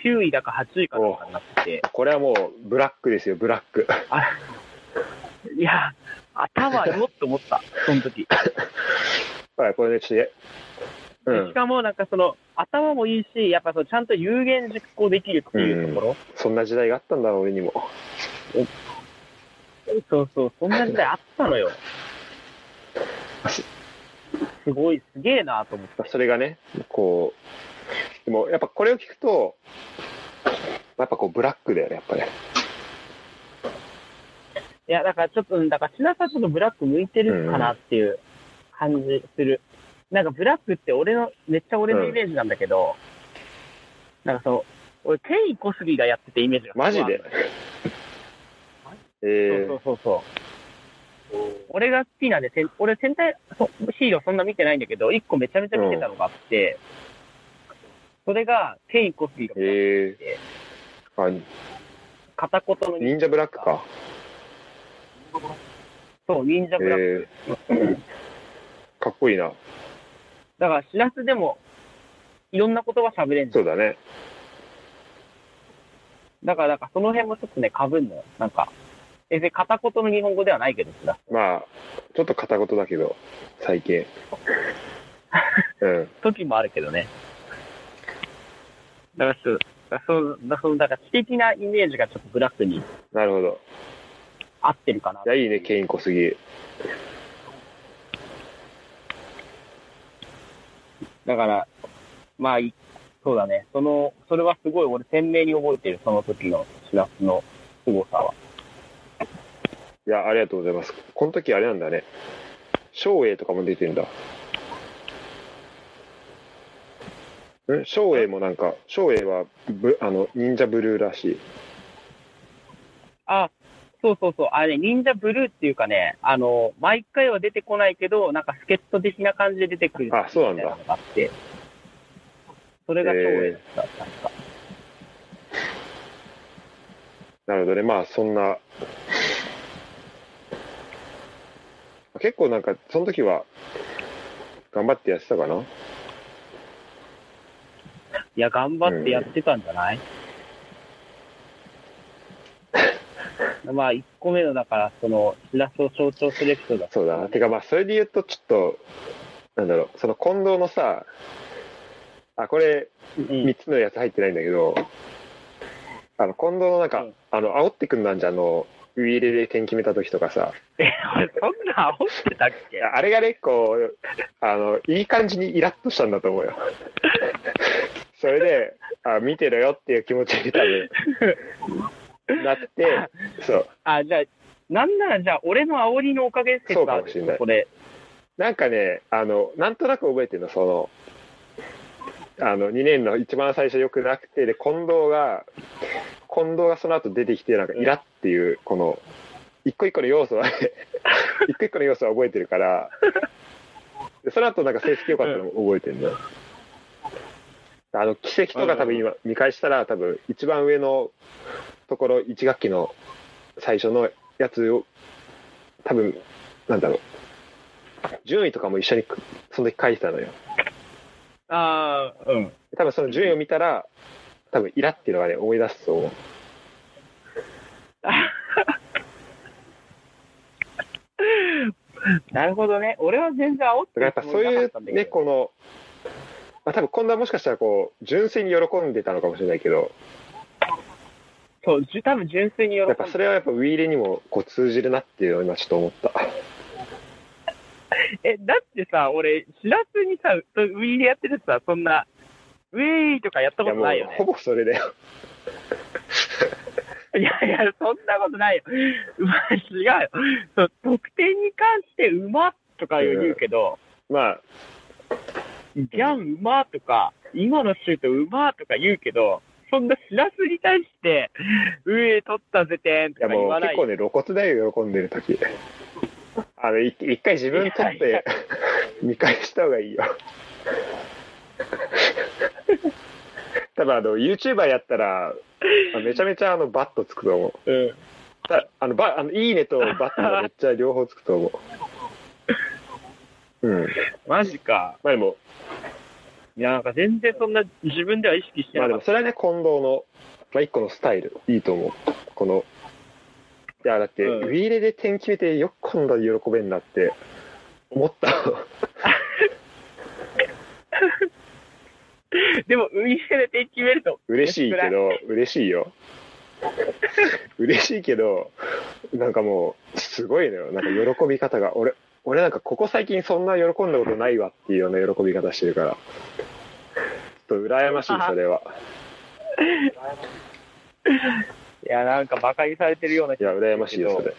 9位だか8位かなんかになってこれはもうブラックですよ、ブラック。 て、いや、頭よって思った、その時。はい、これね、ちょっとや、うしん、かも、なんかその、頭もいいし、やっぱそのちゃんと有言実行できるっていうところ、そんな時代があったんだな、俺にも。そうそう、そんな時代あったのよ。すごい、すげえなと思って。それがね、こう、でもやっぱこれを聞くと、やっぱこう、ブラックだよね、やっぱね。いや、だからちょっと、うんだから、白さんちょっとブラック向いてるかなっていう感じする。なんか、ブラックって俺の、めっちゃ俺のイメージなんだけど、なんかそう、俺、ケイ・コスギがやっててイメージが。マジで。えーそうそうそうそう。俺が好きなんで、せん俺戦隊そヒーローそんな見てないんだけど、一個めちゃめちゃ見てたのがあって、それが、ケイ・コスギがえー、あ、片言の忍者ブラックか。そう、忍者えブラック。ー かっこいいな。だから、シラスでも、いろんな言葉喋れんじゃんそうだね。だから、なんかその辺もちょっとね、かぶんのよ。なんか、え、で、片言の日本語ではないけどさ、まあ、ちょっと片言だけど、最近。 うん。時もあるけどね。だからちょっと、だからそうだからその、だから知的なイメージがちょっとブラックになるほど。合ってるかな。いや、いいね、ケイン小杉。だから、まあ、いそうだね。その、それはすごい俺鮮明に覚えてる、その時のしらすの凄さは。いや、ありがとうございます。この時あれなんだね。松英とかも出てんだ。ん松英もなんか、松英はブあの忍者ブルーらしい。あ、そうそうそう。あれ、忍者ブルーっていうかね、あの、毎回は出てこないけど、なんか助っ人的な感じで出てくる。あそうなんだみたいのがあって。それが超えだった。なんかなるほどね。まあ、そんな。結構なんか、その時は、頑張ってやってたかないや、頑張ってやってたんじゃない、まあ、1個目の、だから、その、しらすを象徴するエピソードだそうだな。てかまあ、それで言うと、ちょっと、なんだろう、その近藤のさ、あ、これ、うん3つのやつ入ってないんだけど、あの、近藤のなんか、うんあの、煽ってくんなんじゃんあの、ウイイレで点決めた時とかさ、俺そんな煽ってたっいけやあれがね、こう、あの、いい感じにイラッとしたんだと思うよ。 それで、あ、見てろよっていう気持ちに多分、なって、そう。あ、じゃあ、なんならじゃあ、俺の煽りのおかげ説そうかあもしんないるこれ。なんかね、あの、なんとなく覚えてるの、その、あの、2年の一番最初良くなくて、で、近藤が、近藤がその後出てきて、なんか、イラっていう、この、一個一個の要 素は、一個一個の要素は覚えてるから、でその後なんか成績良かったのも覚えてるの。あの、奇跡とか多分今、見返したら、多分、一番上のところ、1学期の最初のやつを、多分、なんだろう。順位とかも一緒にくその時書いてたのよああ、うん。多分その順位を見たら多分イラっていうのがね思い出すと思うなるほどね。俺は全然煽っだてからやっぱそういうねこの、まあ、多分今度はもしかしたらこう純粋に喜んでたのかもしれないけどそう、じゅ多分純粋に喜んやでっぱそれはやっぱウィーレにもこう通じるなっていうのを今ちょっと思ったえ、だってさ、俺、しらすにさ、ウィーでやっててさ、そんな、ウェーイとかやったいこやともうないよねほ。ぼそれだよいやいや、そんなことないよ。うま違うよ。そう、得点に関して、うまとか言うけど、まあギャンうまとか、今のシュートうまとか言うけど、そんなしらすに対して、ウェー取ったぜ点いとやか言もうわな結い構ね露骨だよ喜んで る時あのい一回自分取っいやいやて 見返した方がいいよ多分あの YouTuber やったらめちゃめちゃあのバットつくと思ううんたあのばあのいいねとバットがめっちゃ両方つくと思ううんマジか。まあでもいや、なんか全然そんな自分では意識してまなあでかもっそれはね近藤の、まあ、一個のスタイルいいと思うこのいやだって、うんウィーレで点決めてよく今度は喜べんなって思った た。でも、ウィーで点決めると、嬉しいけど嬉しいよ 嬉しいけどなんかもうすごいのよなんか喜び方が俺俺なんかここ最近そんな喜んだことないわっていうような喜び方してるからちょっと羨ましいそれはいや、なんか馬鹿にされてるような気いがや羨ましいよそれ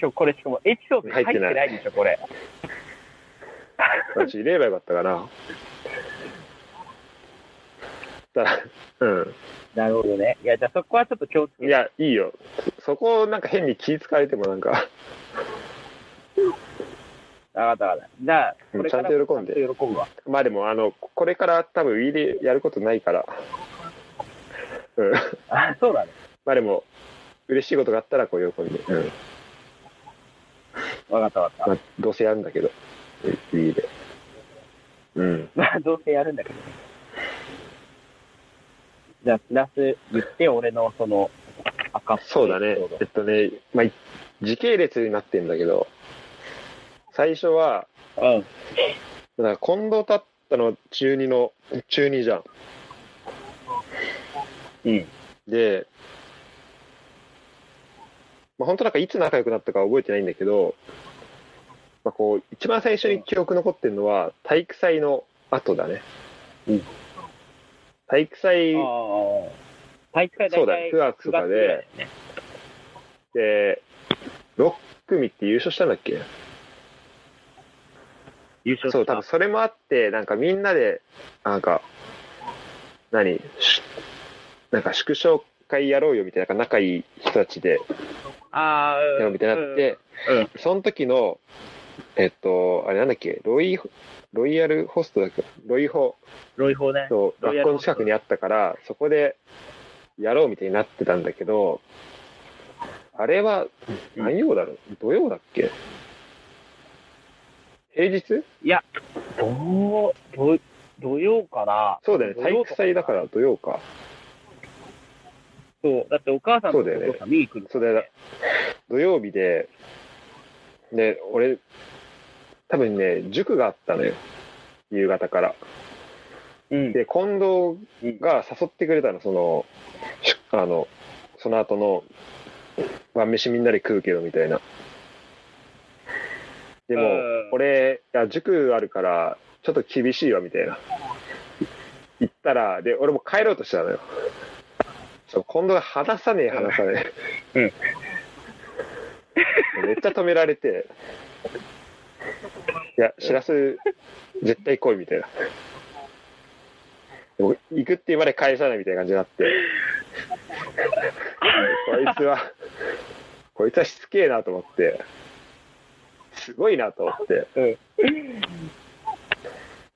今日これしかもエピソード入って入ってなないいでしょ、これ。私入れればよかったかなだからうんなるほどね。いや、じゃあそこはちょっと気をつけいて。やいいよそそこをなんか変に気使われてもなんかわかったわかった。じゃあ、こうんれからちゃんと喜んでちゃんと喜ぶわ。まあでもあのこれから多分入れやることないからうんあ、そうだね。まあでも、嬉しいことがあったら、こう、喜んで、うん。わかったわかまっあ、どうせやるんだけど、いいで。うん。た。まあ、どうせやるんだけど。じゃあ、プラス言って、俺のその、赤っぽいそうだねエピソー。えっとね、まあ、い時系列になってんだけど、最初は、ドうん。だから近藤たったの中2の、中2じゃん。うん。で、まあ、本当なんかいつ仲良くなったかは覚えてないんだけど、まあ、こう一番最初に記憶残ってるのは体育祭の後だね、うん体育祭ああ。体育会そう大体だ9月とかぐらいですねで6組って優勝したんだっけ優勝そうし多た分。それもあってなんかみんなでなんか何しなんか祝勝会やろうよみたいななんか仲いい人たちでああ。やろうみたいになって、うんうんその時のえっとあれなんだっけロイロイヤルホストだっけロイホロイ法ね。のロイヤル学校ホのスト近くにあったからそこでやろうみたいになってたんだけどあれはうん何曜だろう、土曜だっけ平日どう、どう、土曜かなそうだよね体育祭だか。ら土曜かそう。だってお母さんとそおうだよね父さん見に来るそからね、れだ土曜日で、で、俺、多分ね、塾があったのよ。夕方から。うん。で、近藤が誘ってくれたの、その、しあの、その後の、晩飯みんなで食うけど、みたいな。でもうん、俺、いや、塾あるから、ちょっと厳しいわ、みたいな。言ったら、で、俺も帰ろうとしたのよ。そう近藤が話さねえ、話さねえ。 めっちゃ止められて、いや、しらす、絶対来い、みたいな。でも行くって言われ返さないみたいな感じになって、こいつは、こいつはしつけえなと思って、すごいなと思って、うん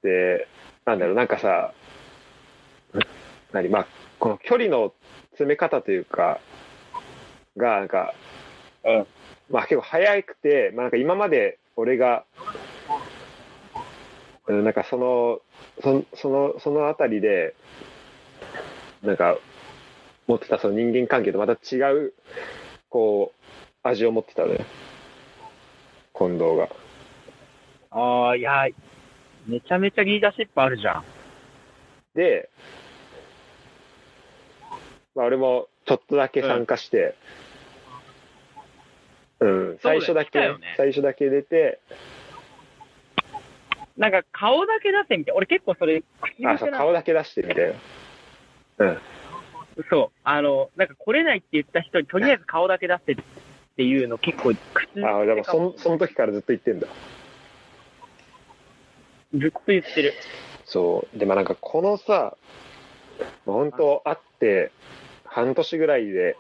で、なんだろう、なんかさ、何、まあ、この距離の詰め方というか、が、なんか、うんまあ結構早くて、まあなんか今まで俺が、うんなんかその、そのその、そのあたりで、なんか、持ってたその人間関係とまた違う、こう、味を持ってたね。近藤が。ああ、いや、めちゃめちゃリーダーシップあるじゃん。で、まあ俺もちょっとだけ参加して、うん、そうだ最よ初だけ、来たよね最初だけ出て、なんか顔だけ出せみたい。俺結構それ、口癖なあ、のそう、顔だけ出してみたいな。そう。あの、なんか来れないって言った人にとりあえず顔だけ出せっていうの結構口癖かもあ、でもそのその時からずっと言ってんだ。ずっと言ってる。そう。でもなんかこのさ、本当会って半年ぐらいで、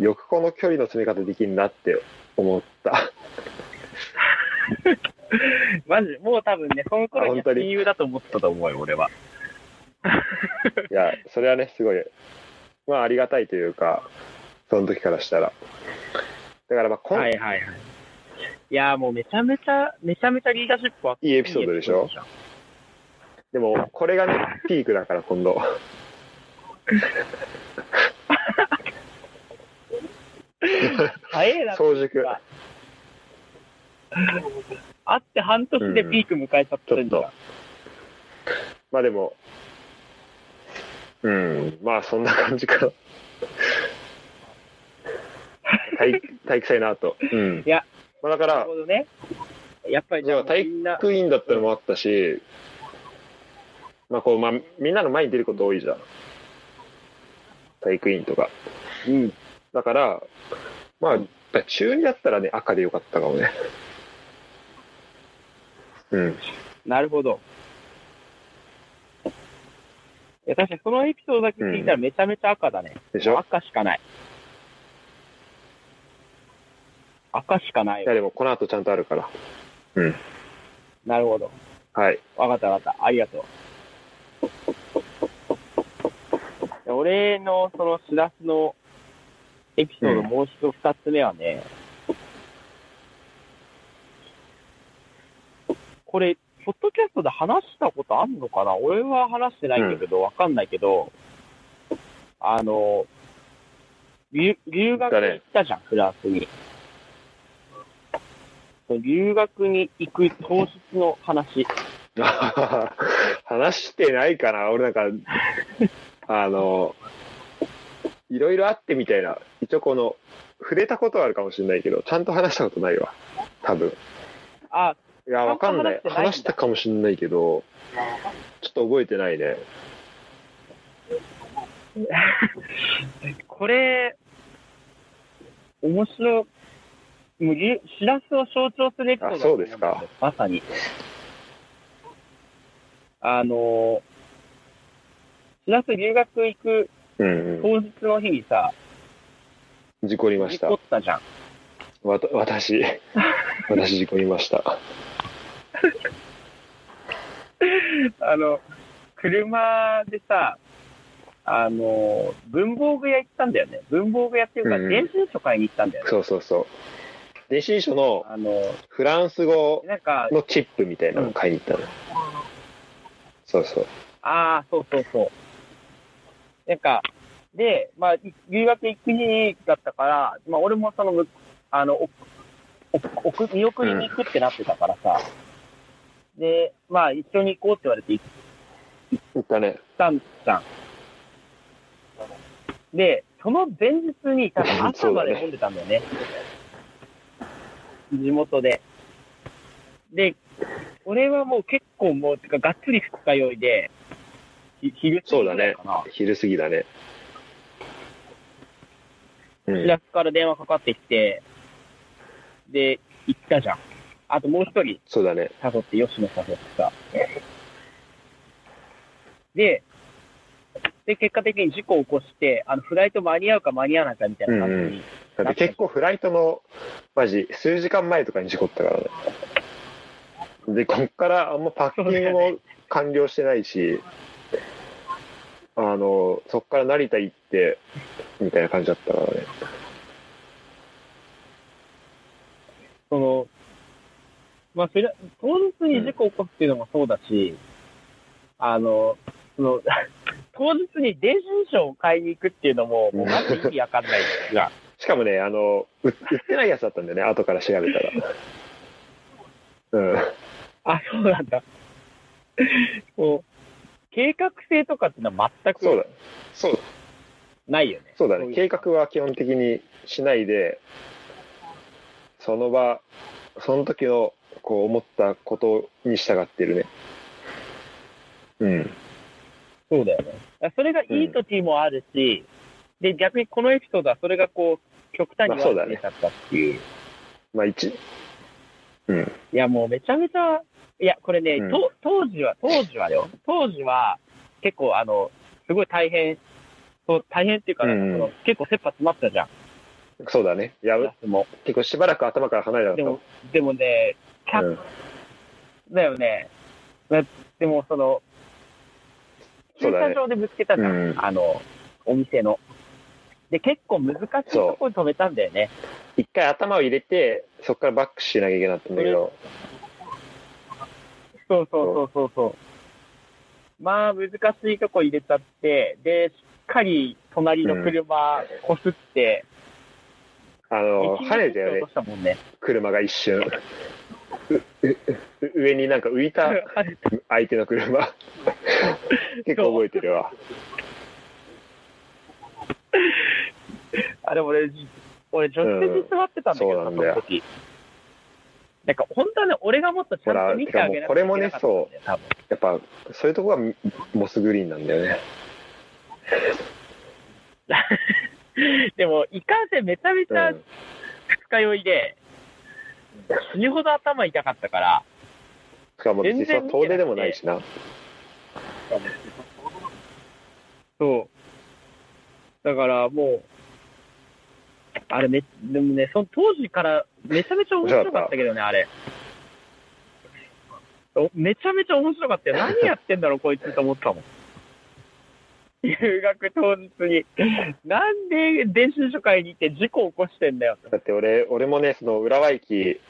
よくこの距離の詰め方できるなって思った。マジ、もう多分ね、その頃にあは本当に親友だと思ってたと思うよ、俺は。いや、それはね、すごい、まあありがたいというか、その時からしたら。だからまあ、こんはいはいはい。いやーもうめちゃめちゃ、めちゃめちゃリーダーシップあっていいエピソードでしいょいエピソードでもこれがね、ピークだから今度。 じゃん早えな。早熟。会って半年でピーク迎えちゃったんちょっだと。まあでも、うん、まあそんな感じか。体育体育祭の後。うん。いや、まあだかならる、ほどね。やっぱりじゃあじゃあみんな、クイーンだったのもあったし、まあこう、まあみんなの前に出ること多いじゃん。体育委員とか。うん。だから、まあ、中2だったらね、赤でよかったかもね。うん。なるほど。いや、確かにそのエピソードだけ聞いたらめちゃめちゃ赤だね。でしょ赤しかない。赤しかないいやわ。でもこの後ちゃんとあるから。なるほど。はい。わかったわかった。ありがとう。俺のそのしらすのエピソード、もう一度二つ目はね、これ、ポッドキャストで話したことあんのかな俺は話してないんだけど、わかんないけど、あの、留留学に行ったじゃん、フランスに。その留学に行く当日の話。 話してないかな俺なんか、あの、いろいろあってみたいな。一応この、触れたことはあるかもしれないけど、ちゃんと話したことないわ。多分。あ、いや、わかんない。ちゃんと話してないんだ話したかもしれないけど、ちょっと覚えてないね。これ、面白い。もうりしらすを象徴するエピソードあそうですか。まさに。あの、しらす留学行くうん、うん。当日の日にさ、事故りまし事た故。ったじゃん。わた私、私事故りました。あの、車でさ、あの、文房具屋行ったんだよね。文房具屋っていうか、うん電子書買いに行ったんだよね。そうそうそう。電子書のあの、フランス語なんか、のチップみたいなのを買いに行ったの。そうそう。ああ、そうそうそう。なんか、で、まあ、い留学行くにだったから、まあ、俺もその、むあの、おおおく見送りに行くってなってたからさ、で、まあ、一緒に行こうって言われて行行ったね。ったんじゃん。で、その前日に多分朝そうまだねで飲んでたんだよね。 地元で。で、俺はもう結構もう、てかがっつり二日酔いで、ひ昼過ぎぐらいかな。昼過ぎだね。うフん。ラスから電話かかってきて、で、行ったじゃん。あともう一人そうだね。誘って、吉野誘ってさ。で、で、結果的に事故を起こして、あの、フライト間に合うか間に合わないかみたいな感じに、うんうだって結構フライトの、マジ、数時間前とかに事故ったからね。で、こっからあんまパッキングも完了してないし、あの、そっから成田行って、みたいな感じだったからね。その、まあ、フラ当日に事故を起こすっていうのもそうだし、あの、その、 当日に電子書を買いに行くっていうのも、もうマジで意味わかんないです が。しかもね、あの、う売ってないやつだったんだよね、 後から調べたら。うん。あ、そうなんだ。こう、計画性とかってのは全そうだく。そうだ。ないよね。そうだこね。い計画は基本的にしないで、その場、その時の、こう思ったことに従ってるね。うん。そうだよね。だからそれがいい時もあるし、で、逆にこのエピソードはそれがこう、極端にまあそうだ悪ねくちゃったっていう。まあ、一、うん。いや、もうめちゃめちゃ、いや、これね、うんと当時は、当時はよ、当時は、結構あの、すごい大変、そう大変っていうか、うんその結構切羽詰まってたじゃん、そうだね。いやク、ラスも。結構しばらく頭から離れなでかっも、でもね、キたャもん。ッだよね。だでも、その、そ駐うだね車場でぶつけたじゃん、うんあの、お店の。で、結構難しいところに止めたんだよね。一回頭を入れて、そこからバックしなきゃいけなかったんだけど、そうそうそうそうそう。まあ、難しいとこ入れちゃって、で、しっかり隣の車こすって、あの、一跳ねたよ落ねとし。たもんね。車が一瞬。ううう上になんか浮いた跳ねた相手の車。結構覚えてるわ。 あれ、俺、俺、助手席に座ってたんだけど、うんその時。なんか、本当はね、俺がもっとちゃんと見てあげなきゃいけなかったんだよ、多分。やっぱ、そういうとこがモスグリーンなんだよね。でも、いかんせんめちゃめちうゃん。二日酔いで、死ぬほど頭痛かったから、しかも全然実は遠出でもないしな。そう。だからもう、あれめ、でもね、その当時からめちゃめちゃ面白かったけどね、あれ。おめちゃめちゃ面白かったよ。何やってんだろう、こいつと思ったもん。 留学当日に。なんで電子書会に行って事故起こしてんだよ。だって俺、俺もね、その浦和駅、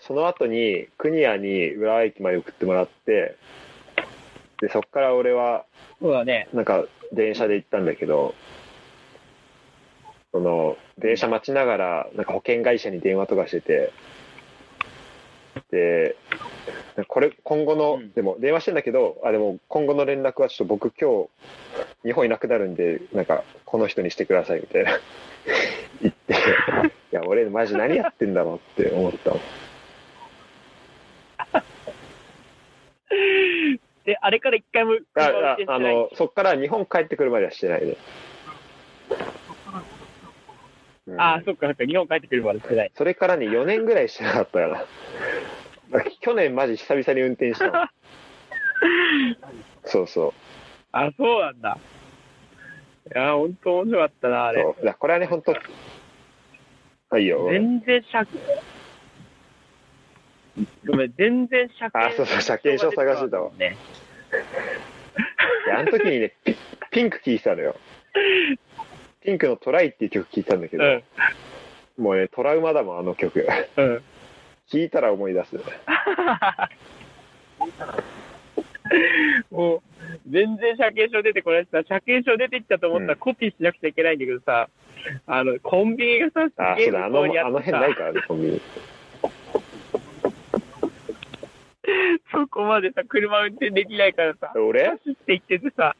その後に、国谷に浦和駅まで送ってもらって、で、そっから俺は、そうだね。なんか電車で行ったんだけど、その、電車待ちながら、なんか保険会社に電話とかしてて、で、これ、今後の、うんでも電話してんだけど、あ、でも今後の連絡はちょっと僕今日、日本いなくなるんで、なんか、この人にしてくださいみたいな 言って、いや、俺マジ何やってんだろうって思ったもん。で、あれから一回も、あ、ああないの、そっから日本帰ってくるまではしてないね。うんあー、そっか、そっか、日本帰ってくるまでしてない。それからね、4年ぐらいしてなかったから。去年マジ久々に運転し たの。そうそう。あ、そうなんだ。いやー、ほんと面白かったな、あれ。そうだからこれはね、本当はいいよ。全然車、ごめん、全然車検あそうそう車検証探してたわね。であの時 にね、ピピンク聴いてたのよ。ピンクのトライっていう曲聴いてたんだけうど、ん、もうね、トラウマだもん、あの曲。うん。聴いたら思い出す。もう、全然車検証出てこないしさ、車検証出てきたと思ったうらコピーしなくちゃいけないんだけどさ、あの、コンビニがさ、あ、すげえそうだ、あ向のこうにああっのて辺さないからね、コンビニ。そこまでさ、車運転できないからさ、俺走って行っててさ、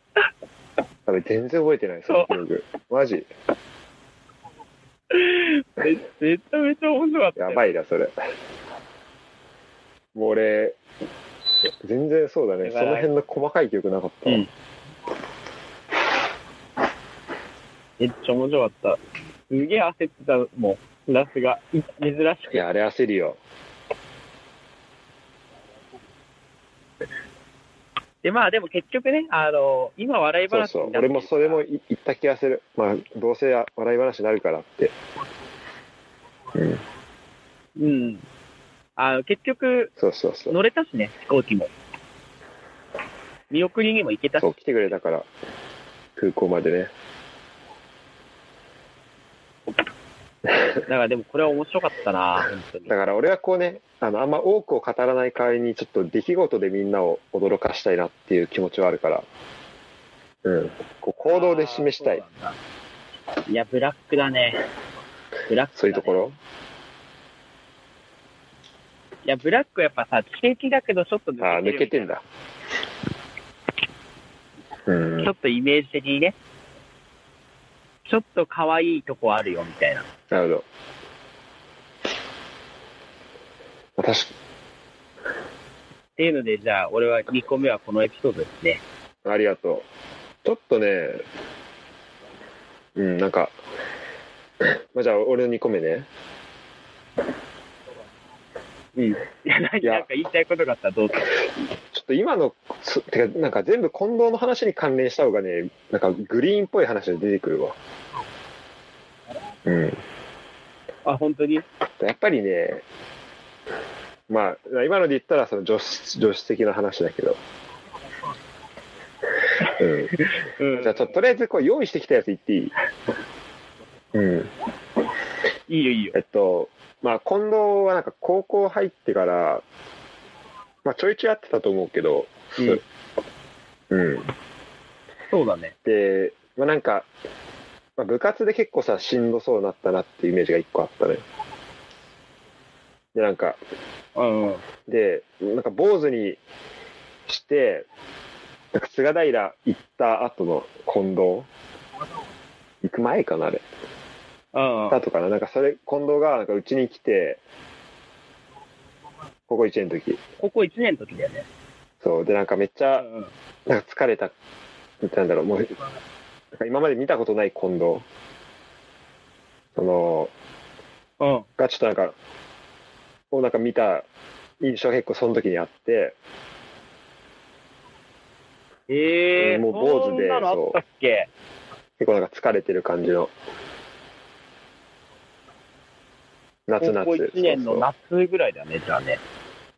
多分全然覚えてない、その記録。マジ。めめちゃめちゃ面白かったよ。やばいな、それ。もう俺、全然そうだね。だそからの辺の細かい記憶なかった。うんめっちゃ面白かった。すげえ焦ってたもん、ラスが。い珍しいく。や、あれ焦るよ。で、まあでも結局ね、あの、今笑いそう話そになう。って俺るもそれもい言った気がする。まあ、どうせ笑い話になるからって。うん。うん。あの、結局、そうそうそう。乗れたしね、飛行機も。見送りにも行けたしそ。う、来てくれたから、空港までね。だからでもこれは面白かったな、本当に。だから俺はこうね、あの、あんま多くを語らない代わりに、ちょっと出来事でみんなを驚かしたいなっていう気持ちはあるから、うん。こう行動で示したいあ。ー。そうなんだいや、ブラックだね。ブラック、そういうところ。ろいや、ブラックやっぱさ、知的だけどちょっと抜けてるああ、抜けてんだ。うんちょ。っとイメージ的にね。ちょっと可愛いとこあるよ、みたいな。なるほど。まあ確っていうので、じゃあ、俺は2個目はこのエピソードですね。かありがとう。ちょっとね、うん、なんか、まあ、じゃあ俺の2個目ね。うん。いや、何いやなんか言いたいことがあったらどうぞ。ちょっと今の、そてか、なんか全部近藤の話に関連した方がね、なんかグリーンっぽい話で出てくるわ。うん。あ、本当にやっぱりね、まあ、今ので言ったらその女子、女子的な話だけど。うん。うんじゃあ、ちょっととりあえずこう用意してきたやつ言っていいうん。いいよ、いいよ。えっと、まあ、近藤はなんか高校入ってから、まあ、ちょいちょいやってたと思うけど、うんうん。そうだね。で、まあ、なんか、まあ、部活で結構さ、しんどそうになったなっていうイメージが一個あったね。で、なんか、うんうん。で、なんか坊主にして、なんか菅平行った後の近藤行く前かな、あれ。うんうん。だとかな、なんかそれ、近藤がなんかうちに来て、高校1年の時高校1年の時だよね。そう、で、なんかめっちうゃ、んうん。なんか疲れた、なんだろう、もう、なんか今まで見たことない近藤。その、うん。がちょっとなんか、をなんか見た印象が結構その時にあって、ええー、もう坊主でそんなのあったっけ結構なんか疲れてる感じの。夏高夏。校1年そのうそう夏ぐらいだね、じゃあね。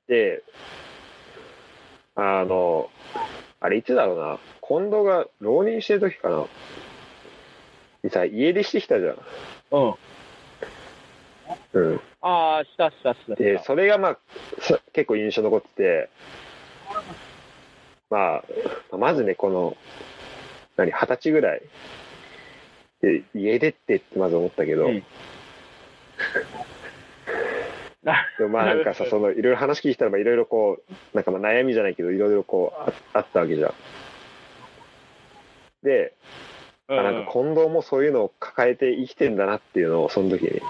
で、あの、あれいつだろうな、近藤が浪人してる時かな。にさ、家出してきたじゃん。うん。うん。ああ、したしたしたした。で、それがまあ、そ結構印象残ってて、まあ、まずね、この、何、二十歳ぐらい。で、家出ってってまず思ったけど、うんでもまあなんかさ、その、いろいろ話聞いてたら、まあいろいろこう、なんかまあ悩みじゃないけど、いろいろこう、ああったわけじゃん。で、うあなんか近藤もそういうのを抱えて生きてんだなっていうのをその時に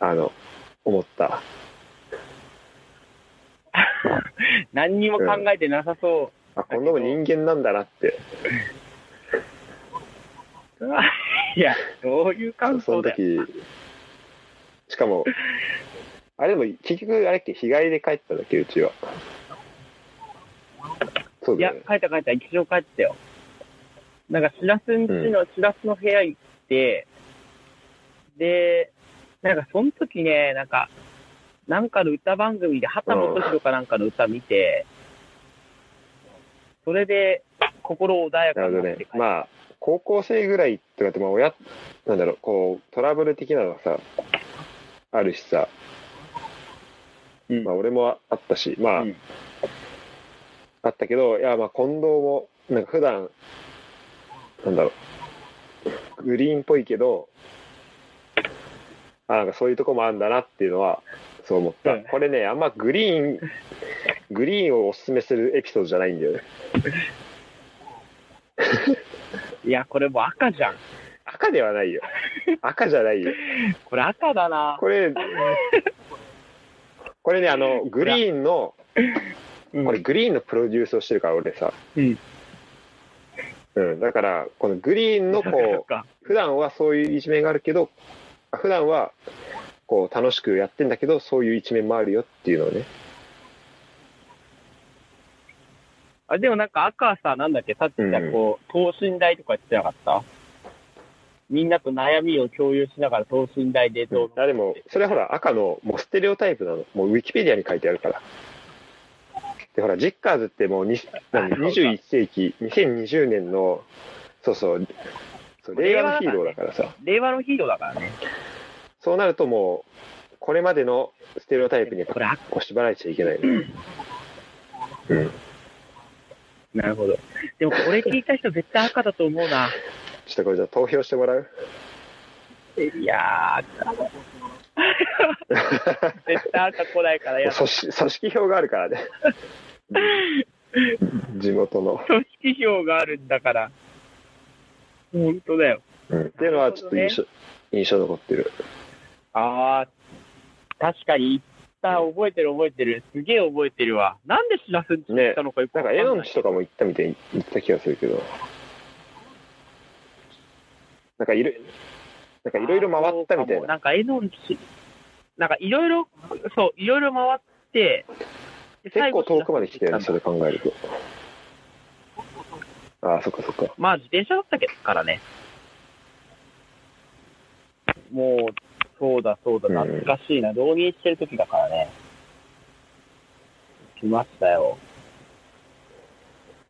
あの思った何にも考えてなさそあ近藤も人間なんだなってう。いや、どういう感そ想のだよ。時しかもあれでも結局あれっけ日帰りで帰ったんだっけうちはそういだやよね、帰った帰った、一応帰ったよ。なんか、しらすんちの、しらすの部屋行って、で、なんか、その時ね、なんか、なんかの歌番組で、畑本博かなんかの歌見て、それで、心穏やなかるにほどなっねて帰った。まあ高校生ぐらいとかってまあ親なんだろうこうトラブル的なのがさあるしさ、うんまあ俺もあったしまあ、うんあったけどいやまあ近藤もなんか普段なんだろうグリーンっぽいけどあなんかそういうとこもあるんだなっていうのはそう思った、うんこれねあんまグリーングリーンをおすすめするエピソードじゃないんだよねいや、これもう赤じゃん。赤ではないよ赤じゃないよこれ赤だな。これ、これね、あの、グリーンの、これグリーンのプロデュースをしてるから、俺さ。うん。うん、だから、このグリーンの、そっ こう、か普段はそういう一面があるけど、普段は、こう、楽しくやってんだけど、そういう一面もあるよっていうのをね。あでもなんか赤さ、なんだっけ、さっき言ったうんこう、等身大とか言ってなかったみんなと悩みを共有しながら等身大でどうあでも、それはほら、赤の、もうステレオタイプなの。もうウィキペディアに書いてあるから。で、ほら、ジッカーズってもうに、何そうか21世紀、2020年の、そうそう、そう令和のヒーローだからさ。令和のヒーローだからね。そうなるともう、これまでのステレオタイプにやっこれぱ赤。こう縛られちゃいけないね。なるほど。でもこれ聞いた人絶対赤だと思うな。ちょっとこれじゃあ投票してもらう いやー、 絶対赤来ないからや組だ。織組織票があるから ね。地元の、組織票があるんだから。本当だよ。うんっていうのはちょっと印象,、印象残ってる。ああ、確かに、あー覚えてる覚えてる。すげえ覚えてるわ。なんで知らすんちに行ったのかよくなわかんか、ん絵ない。の道とかも行ったみたいに言ってた気がするけど。なんかいろ、なんかいろいろ回ったみあたーそういかもな。なんか絵の道、なんかいろいろ、そう、いろいろ回って、で結構遠くまで来たよね、最そ後れ考えると。ああ、そっかそっか。まあ自転車だったけどからね。もう、そうだそうだ、うん懐かしいな。浪人してる時だからね。来ましたよ。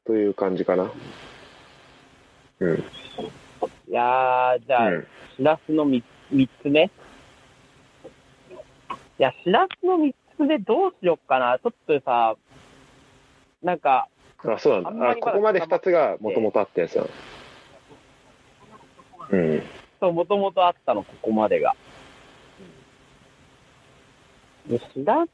という感じかな。うん。いやー、じゃあ、うんしらすのみ三つ目。いや、しらすの三つ目どうしよっかな。ちょっとさ、なんか、あ、そうあなんんまだ。あ、りまだここまで2つがもともとあったやつなの。うん。そう、もともとあったの、ここまでが。でしらす、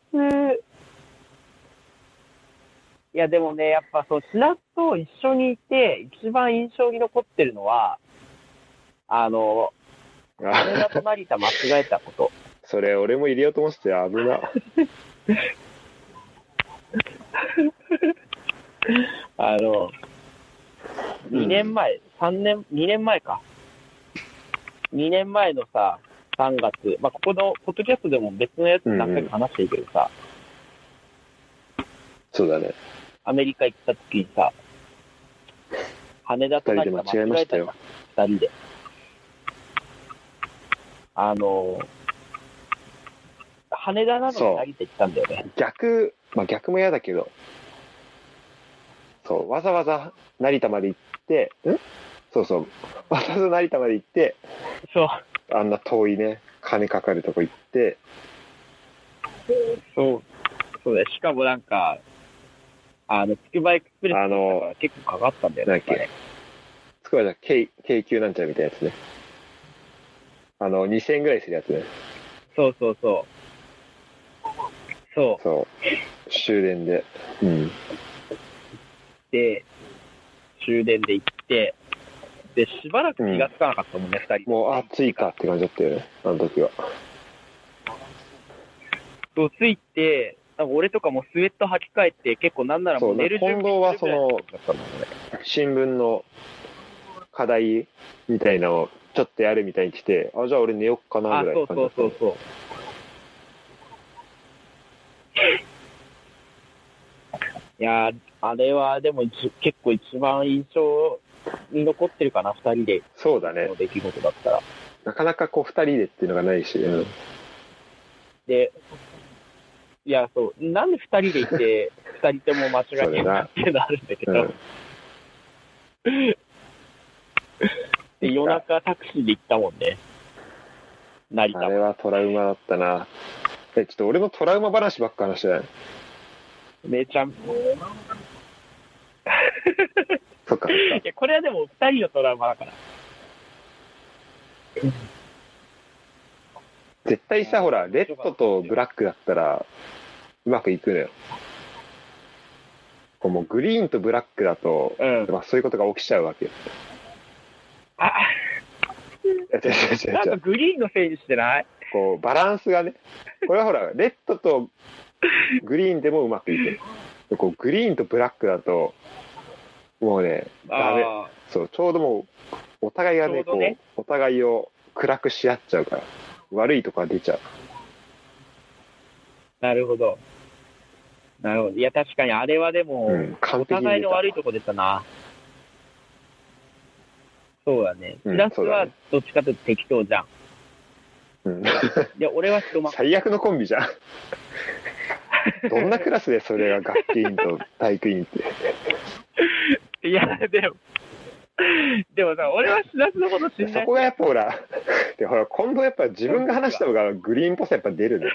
いや、でもね、やっぱそう、しらすと一緒にいて、一番印象に残ってるのは、あの、羽田あ、と成田間違えたこと。 それ俺も入れようと思ってたよ。危な。あの、うん2年前、三年、2年前か。2年前のさ、3月、まあ、ここの、ポッドキャストでも別のやつ何回か話してるけどさ、そうだね。アメリカ行った時にさ、羽田と2成人で田間違えましたよ。間違えたの。二人で。あの、羽田なのにそう成田行ったんだよね。逆、まあ逆も嫌だけど。そう、わざわざ成田まで行って、んそうそう。わざわざ成田まで行って、 そう。あんな遠いね、金かかるとこ行って、そう。そうだよしかもなんか、あの、つくばエクスプレスあだかの、ら結構かかったんだよなんね。だっけつくばじゃ軽軽級なんちゃらみたいなやつね。あの、2000円ぐらいするやつね。そうそうそう。そう。そう。終電で。うん。で、終電で行って、って、しばらく気がつかなかったもんね、二、人。もう、あ、着いたって感じだったよね、あの時は。そう、ついて、なんか俺とかもスウェット履き替えて、結構なんならもそうう、寝る準備近藤はすそるぐらいの、新聞の課題みたいなのをちょっとやるみたいに来て、あ、じゃあ俺寝よっかなあぐらいそうの感じそだうったそうそう。いやーあれはでも一結構一番印象に残ってるかな、二人でそうだねの。出来事だったら。なかなかこう、二人でっていうのがないし、うんで、いや、そう、なんで二人でいて、 二人とも間違えてるかっていうのあるんだけうど、んで夜中タクシーで行ったもんね。成田あまでれはトラウマだったな。え、ちょっと俺のトラウマ話ばっか話してない。めちゃ、いそ っか、そっかや、これはでも二人のトラウマだから。絶対さ、ほら、レッドとブラックだったら、うまくいくのよ。こうもうグリーンとブラックだと、うん。まあ、そういうことが起きちゃうわけよ。あ、いや違う違う違うなん違かう。グリーンのせいにしてないこう、バランスがね、これはほら、レッドとグリーンでもうまくいくの。こう、グリーンとブラックだと、もうね、ダメ。あそう、ちょうどもう、お互いがね、ちょうどこねう、お互いを暗くし合っちゃうから、悪いとこが出ちゃう。ーなるほど。なるほど。いや、確かにあれはでも、うん、完お璧に互い出のた。悪いとこ出たな。そうだね。うんチラスそうだはねどっちかというと適当じゃん。うんで、俺は人 ま最悪のコンビじゃん。どんなクラスでそれが学級委 員と体育委員って。いや、でも、でもさ、俺はシラスのこと信そ頼こがやっぱほら、でほら、今度やっぱ自分が話した方がグリーンっぽさやっぱ出るね。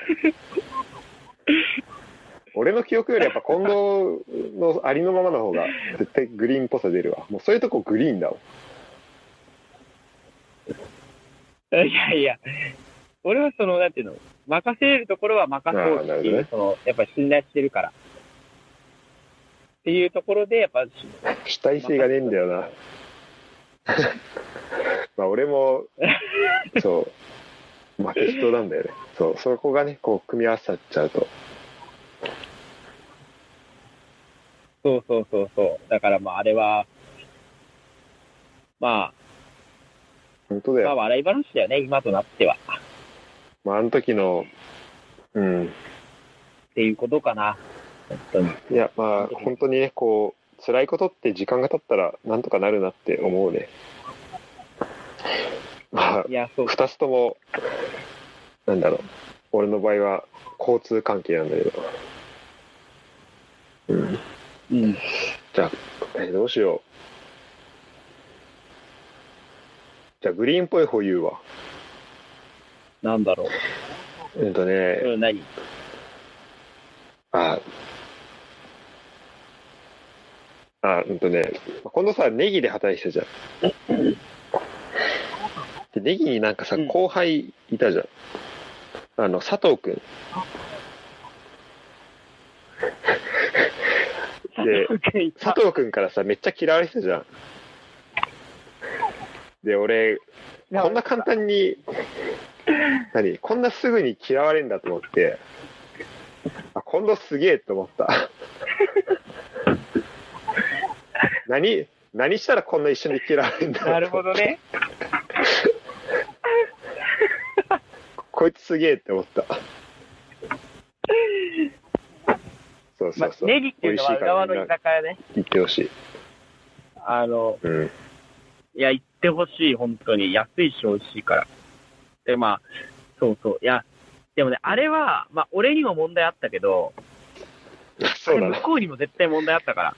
俺の記憶よりやっぱ近藤のありのままの方が絶対グリーンっぽさ出るわ。もうそういうとこグリーンだわ。 いやいや、俺はその、なんていうの、任せれるところは任そうってああなるいう、ほどねその、やっぱ信頼してるから。っていうところで、やっぱ、主体性がねえんだよな。 まあ俺も、そう、まあ適当なんだよね。そう、そこがね、こう組み合わさっちゃうと。そうそうそうそう。だからまあ、あれは、ま本当だあ、まあ、よ。笑い話だよね、今となっては。まああの時の、うん。っていうことかな。本当に。いや、まあ本当にね、こう、辛いことって時間が経ったらなんとかなるなって思うね。まあい、や、そう。二つとも、なんだろう。俺の場合は交通関係なんだけど。うん。うん。じゃあ、えどうしよう。じゃあ、グリーンっぽい保有は。なんだろう。えっとね、うん、 何あ、あ、うんとね、今度さ、ネギで働いてたじゃん。でネギになんかさ、うん後輩いたじゃん。あの、佐藤くん。で、佐藤君からさめっちゃ嫌われてたじゃんで俺こんな簡単に何こんなすぐに嫌われんだと思ってあ今度すげえと思った 何何したらこんな一緒に嫌われんだろうなるほどね。こいつすげえって思ったそうまそあう、そう、ネギっていうのは浦和の居酒屋ね。言ってほしい、あの、うん、いや、行ってほしい、本当に。安いし、美味しいから。で、まあ、そうそう。いや、でもね、あれは、まあ、俺にも問題あったけど、そうだ向なこうにも絶対問題あった から。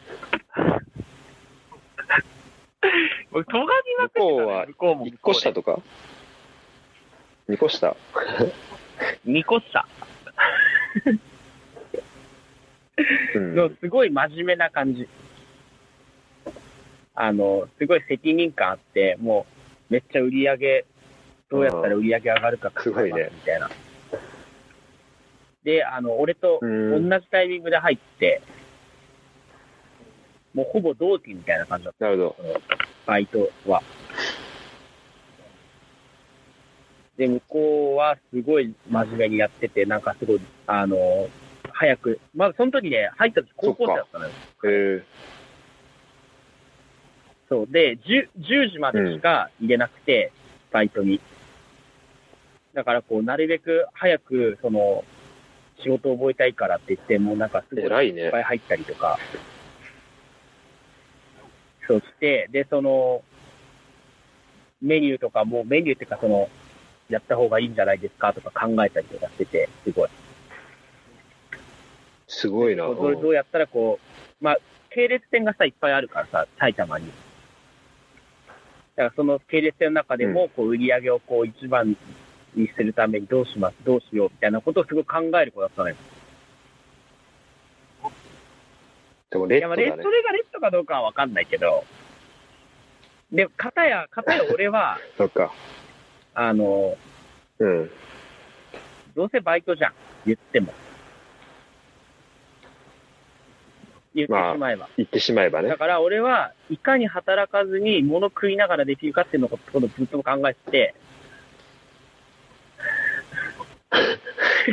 僕、とがみまくってた、ね、向こうは向こうも1個下とか2個下2個下うんの、すごい真面目な感じ。あの、すごい責任感あって、もう、めっちゃ売り上げ、どうやったら売り上げ上がるか考えますすごいねみたいな。で、あの、俺と同うんじタイミングで入って、もうほぼ同期みたいな感じだっなるほど。た、バイトは。で、向こうはすごい真面目にやってて、なんかすごい、あの、早く、まあ、その時ね、入った時高校生だったのよ。えそう。で、10, 10時までしか入れなくて、バイトに。だから、こう、なるべく早く、その、仕事を覚えたいからって言って、もうなんかすごい偉いいねっぱ。い入ったりとか、そうして、で、その、メニューとかも、メニューっていうか、その、やった方がいいんじゃないですかとか考えたりとかしてて、すごい。すごいな。こうどれどうやったらこう、まあ、系列店がさ、いっぱいあるからさ、埼玉に。だからその系列店の中でも、こう、売り上げをこう、一番にするためにどうします、どうしようみたいなことをすごい考える子だったのよ。でもレいッや、まドあ、だレねッ。それがレッドかどうかはわかんないけど、で、かたや、かたや俺は、 そっか。あの、うん。どうせバイトじゃん、言っても。言ってしまえば。言ってしまえばねだ。から俺はいかに働かずに物食いながらできるかっていうのことをずっと考えて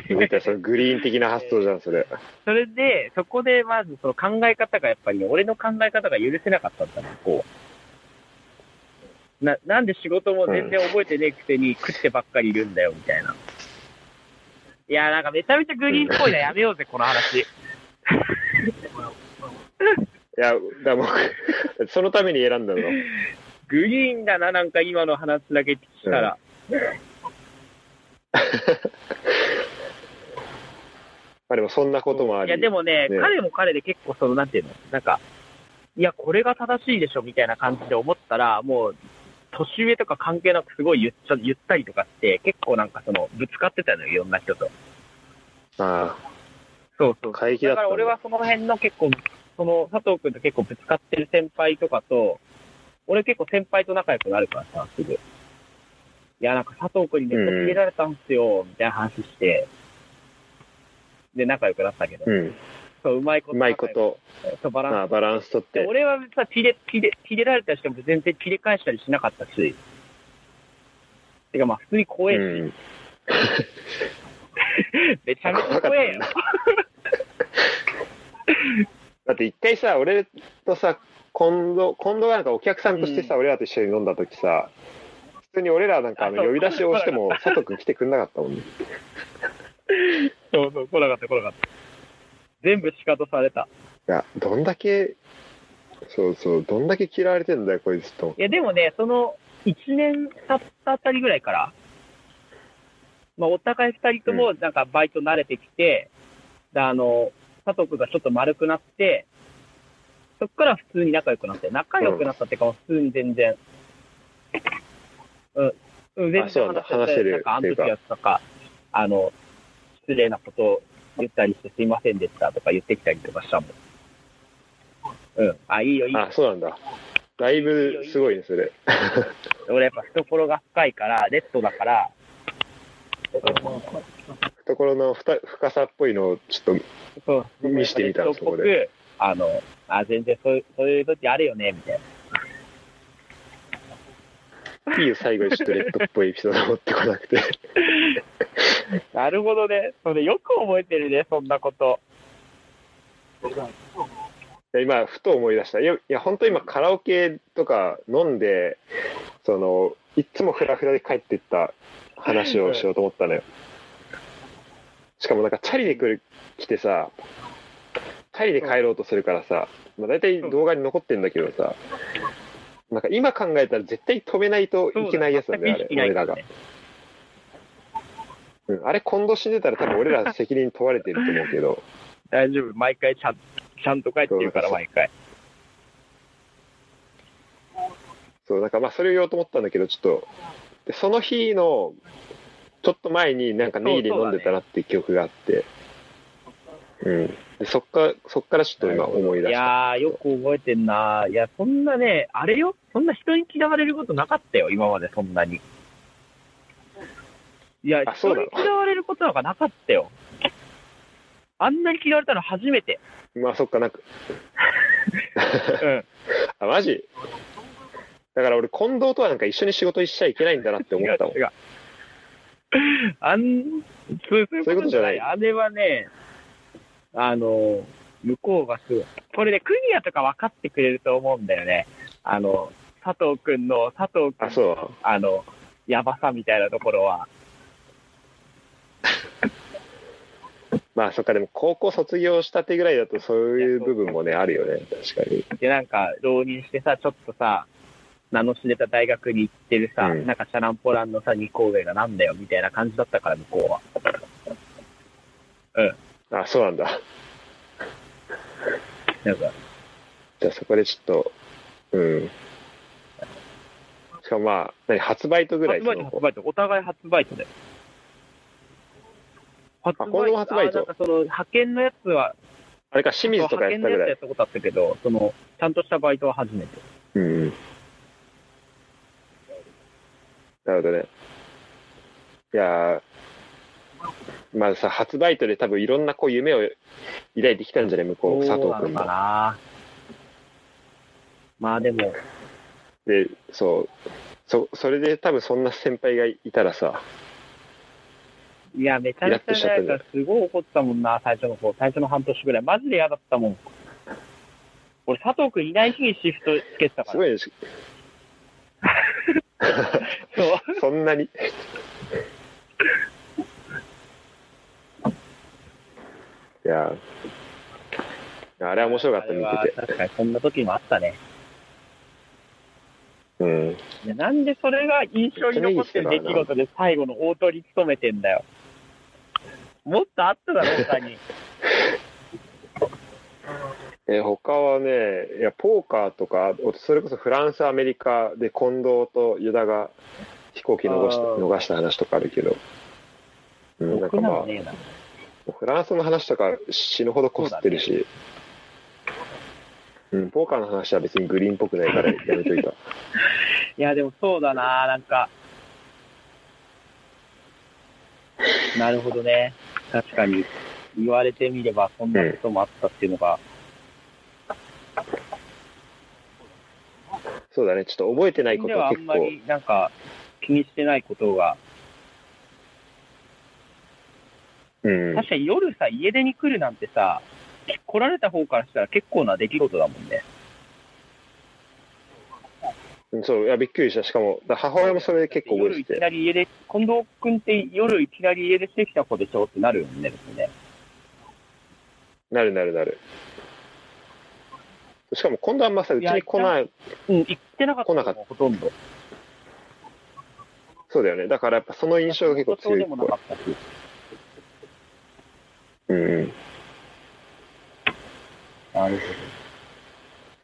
て、見たそのグリーン的な発想じゃん、それ。それで、そこでまずその考え方がやっぱり、ね、俺の考え方が許せなかったんだね、こう。な、なんで仕事も全然覚えてねえくせに食ってばっかりいるんだよ、みたいな。いや、なんかめちゃめちゃグリーンっぽいな、やめようぜ、この話。いや、だから僕、 そのために選んだの。グリーンだな、なんか今の話だけ聞いたら。まあでもそんなこともあいり。や、でもね、ね彼も彼で結構その、なんていうの、なんか、いや、これが正しいでしょ、みたいな感じで思ったら、もう、年上とか関係なくすごい言っちゃ言ったりとかして、結構なんかその、ぶつかってたのよ、いろんな人と。あそうそう。あ、怪奇だだったかんら俺はその辺の結構、その佐藤君と結構ぶつかってる先輩とかと、俺結構先輩と仲良くなるからさ、すぐ。いや、なんか佐藤君にネット入れられたんすよ、みたいな話して、で、仲良くなったけど、うん。そう、うまいこと。うまいこ。と、そう、バランスまあ、バランスとっでて。俺はさ、切れ、切れ、切れられたりしても全然切れ返したりしなかったし。てかまあ、普通に怖うえし、ん。めちゃめちゃ怖えよ。だって一回さ、俺とさ、近藤、近藤がなんかお客さんとしてさ、俺らと一緒に飲んだ時さ、普通に俺らなんかああのそう呼び出しをして も、佐藤君来てくんなかったもんね。そうそう、来なかった来なかった。全部仕方された。いや、どんだけ、そうそう、どんだけ嫌われてんだよ、こいつと。いや、でもね、その、1年経ったあたりぐらいから、まあ、お互い2人とも、なんか、バイト慣れてきて、であの、佐藤君がちょっと丸くなって、そこから普通に仲良くなって、仲良くなったっていうか、普通に全然、うん、うん、全あそうなん然だ話せてなんか、あ話せのる時はとか、あの、失礼なことを言ったりして、すいませんでしたとか言ってきたりとかしたもん。うん、あ、いいよ、いいよ。あ、そうなんだ。だいぶすごいね、それ。俺やっぱ懐が深いから、レッドだから、懐のふた深さっぽいのをちょっとそう見してみたレのッドっぽそこく、あの、あ、全然そういうそういう時あるよね、みたいな。いいよ最後にちょっとレッドっぽいエピソード持ってこなくて なるほどね。それよく覚えてるね、そんなこと。今ふと思い出したいやいや本当今カラオケとか飲んでそのいっつもフラフラで帰ってった話をしようと思ったのよしかもなんかチャリで来る来てさチャリで帰ろうとするからさ、まあ、大体動画に残ってんだけどさなんか今考えたら絶対止めないといけないやつなんだよあれ全く意識ない俺かららがね、うん、あれ近藤死んでたら多分俺ら責任問われてると思うけ ど大丈夫、毎回ちゃんちゃんと帰ってるから、そう毎回。そう、なんかまあそれを言おうと思ったんだけど、ちょっと、でその日の、ちょっと前になんかネイリそうそうだ飲んねでたなっていう記憶があって、うん。でそっか、そっからちょっと今思いい出した。やー、よく覚えてんなーいや、そんなね、あれよ、そんな人に嫌われることなかったよ、今までそんなに。いや、あそ人うなにの嫌われることなんかなかったよ。あんなに嫌われたの初めて。まあそっか、なんか、うん。あ、マジだから俺、近藤とはなんか一緒に仕事しちゃいけないんだなって思ったもん。違う違うあん、そうそういうそういことうことじじゃゃなないい。あれはね、あの、向こうがすごい。これね、クニアとか分かってくれると思うんだよね。あの、佐藤くんの、佐藤くんあ、そあの、やばさみたいなところは。う。まあ、そっか、でも高校卒業したてぐらいだとそういう部分もね、あるよね。確かに。で、なんか、浪人してさ、ちょっとさ、名の知れた大学に行ってるさ、うんなんかチャランポランのさ、二校上がなんだよ、みたいな感じだったから、向こうは。あ、そうなんだ。なんか、じゃあそこでちょっと、うん。しかもまあ、何、発売とぐらい発売日、発その売日、お互い発売日だよ。発売これも発売日あなんかその、派遣のやつは、あれか、清水とかや派っ遣のやつたぐらやいっ。たことあったけど、その、ちゃんとしたバイトは初めて。うんうん。なるほどね。いやー、まあさ、初バイトで多分いろんなこう夢を抱いてきたんじゃない向こう、佐藤なの君かも。な。まあでも、で、そう。そ、それで多分そんな先輩がいたらさ、いや、めちゃめちゃなんかすごい怒ったもんな、最初の方、最初の半年ぐらい。マジで嫌だったもん。俺、佐藤くんいない日にシフトつけてたかすら。ごいね、しそうそんなに。いやー、あれは面白かった、見あてれて。は 確かに、そんな時もあったね。うん。いやなんでそれが印象に残ってる出来事で最後の大取り務めてんだよ。もっとあっただろ、 他に。えー他はね、いや、ポーカーとか、それこそフランス、アメリカで近藤とユダが飛行機逃したあー逃した話とかあるけど、うん、なんか僕なまのねえな。あ、フランスの話とか死ぬほどこすってるし、うん、ポーカーの話は別にグリーンっぽくないからやめ といた。いや、でもそうだな、なんか。なるほどね。確かに、言われてみれば、そんなこともあったっていうのが、そうだね、ちょっと覚えてないこでとははあん結ま構、り、なんか、気にしてないことが、うん、確かに夜さ、家出に来るなんてさ、来られた方からしたら結構な出来事だもんね。そう、いや、びっくりした。しかも、だ母親もそれで結構覚夜えいてきて、なり家出、近藤君って夜いきなり家出してきた子でしょってなるよね、別にね。なるなるなる。しかも、今度はあんまさ、うちに来ない、うん、行ってなかったもん来なかほとんど。そうだよね。だからやっぱその印象が結構強いでっぽもいなかったし。うんうん、なるほ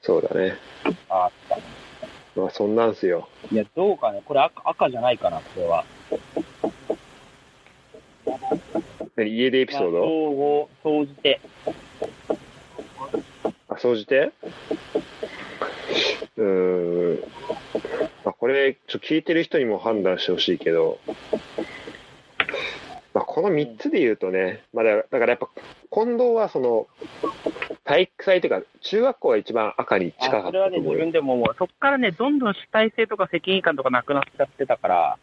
そうだね。ど。あった。まあ、そんなんすよ。いや、どうかね。これ赤赤じゃないかな、これは。何家出エピソーまあド総合、総じて。あ、総じてうーん。まあ、これ、ちょっと聞いてる人にも判断してほしいけど、まあ、この3つで言うとね、まあ、だからだからやっぱ、近藤はその、体育祭というか、中学校が一番赤にあ近かそっれはたとね、思自うよ。分でも思う。そっからね、どんどん主体性とか責任感とかなくなっちゃってたから、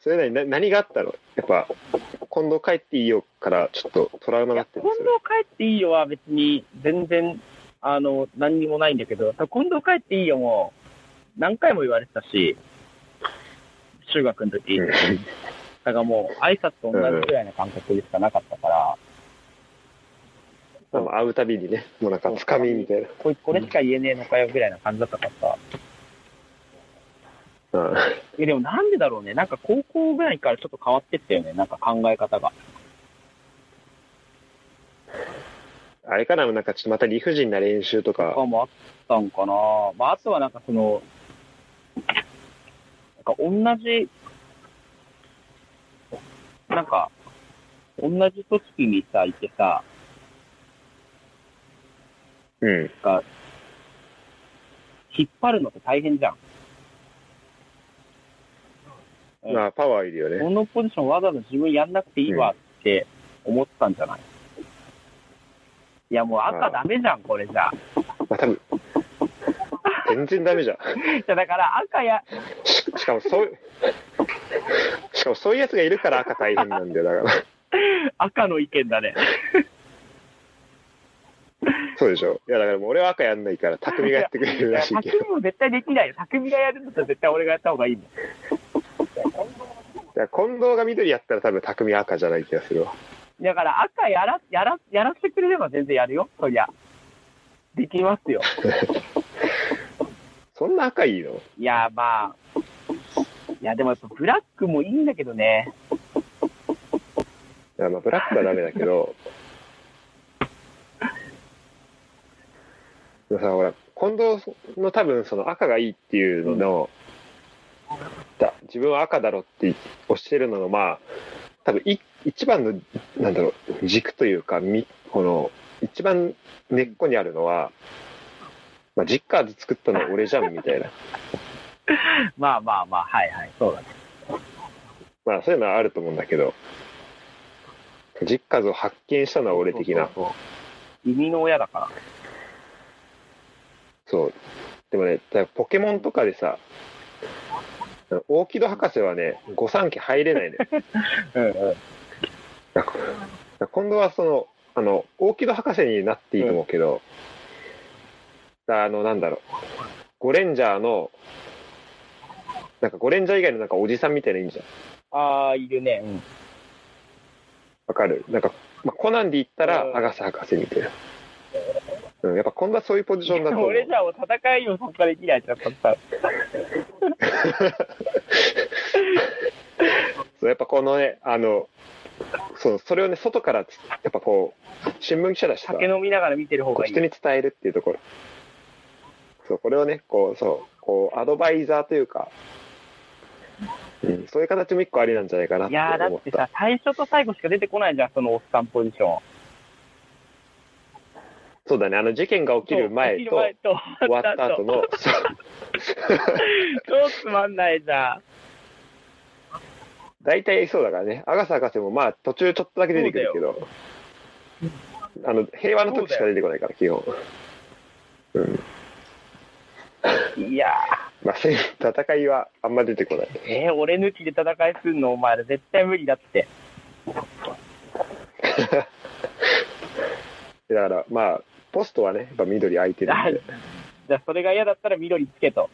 それなりにな何があったのやっぱ、近藤帰っていいよから、ちょっとトラウいマになやって近るんです藤よ。帰っていいよは別に全然、あの、何にもないんだけど、ただ近藤帰っていいよも何回も言われてたし、中学の時。だからもう挨拶と同じくらいの感覚でしかなかったから、うんまあ会うたびにね、もうなんかつかみみたいな。こいこれしか言えねえのかよぐらいな感じだったからさ。うんえ、でもなんでだろうね。なんか高校ぐらいからちょっと変わってったよね。なんか考え方が。あれからもなんかちょっとまた理不尽な練習ととか、かもあったんかな。まあ、あとはなんかその、なんか同じ、なんか、同じ組織にさ、いてさ、うん、引っ張るのって大変じゃん。うんまあパワーいるよね。このポジションわざわざ自分やんなくていいわって思ってたんじゃない、いや、もう赤ダメじゃん、これじゃ。まあ多分、全然ダメじゃん。いやだから赤や、ししかもそういう、しかもそういうやつがいるから赤大変なんだよ、だから。赤の意見だね。そうでしょ。いや、だからもう俺は赤やんないから、匠がやってくれるらしいけど。匠も絶対できないよ。匠がやるんだったら絶対俺がやった方がいいんだよ。だから近藤が緑やったら多分匠赤じゃない気がするわ。だから赤やら、やら、やらせてくれれば全然やるよ、そりゃ。できますよ。そんな赤いいのいや、まあ。いや、でもやっぱブラックもいいんだけどね。いやまあブラックはダメだけど。でもさ、ほら、近藤の多分その赤がいいっていうのの、だ自分は赤だろって教えるのの、まあ、多分い一番の、なんだろう、軸というか、みこの、一番根っこにあるのは、まあ、ジッカーズ作ったの俺じゃんみたいな。まあまあまあ、はいはい、そうだね。まあ、そういうのはあると思うんだけど、ジッカーズを発見したのは俺的な。そうそうそう。生みの親だから。そう。でもね、だからポケモンとかでさ、あのオーキッド博士はね、御三家入れないね。うんうん。 だからだから今度はその、あの、オーキッド博士になっていいと思うけど、あの、なんだろう、ゴレンジャーの、なんかゴレンジャー以外のなんかおじさんみたいな意味じゃん。ああ、いるね。わかるなんか、まあ、コナンで言ったうら、んアガサ博士みたいな。うん、やっぱ今度はそういうポジションだと思 う。俺じゃもう戦いにも参加できないじゃん、そったら。そうやっぱこのね、あの、そうそれをね、外からつ、やっぱこう、新聞記者だしさ、酒飲みながら見てる方こがういい人。に伝えるっていうところ。そう、これをね、こう、そう、こう、アドバイザーというか、うん、そういう形も一個ありなんじゃないかなっいやー、てだ思っってた。さ、最初と最後しか出てこないじゃん、そのおっさんポジション。そうだね、あの事件が起きる前とそう起きる前と終わった後 の、そう超つまんないじゃん。大体そうだからね、アガサ博士もまあ途中ちょっとだけ出てくるけど、あの平和の時しか出てこないから、基本。いやまあ、戦戦いはあんま出てこない。ー、えー、俺抜きで戦いすんの、お前ら絶対無理だって。 だから、まあ、ポストはね、やっぱ緑空いてるんで、じゃあ、それが嫌だったら緑つけと。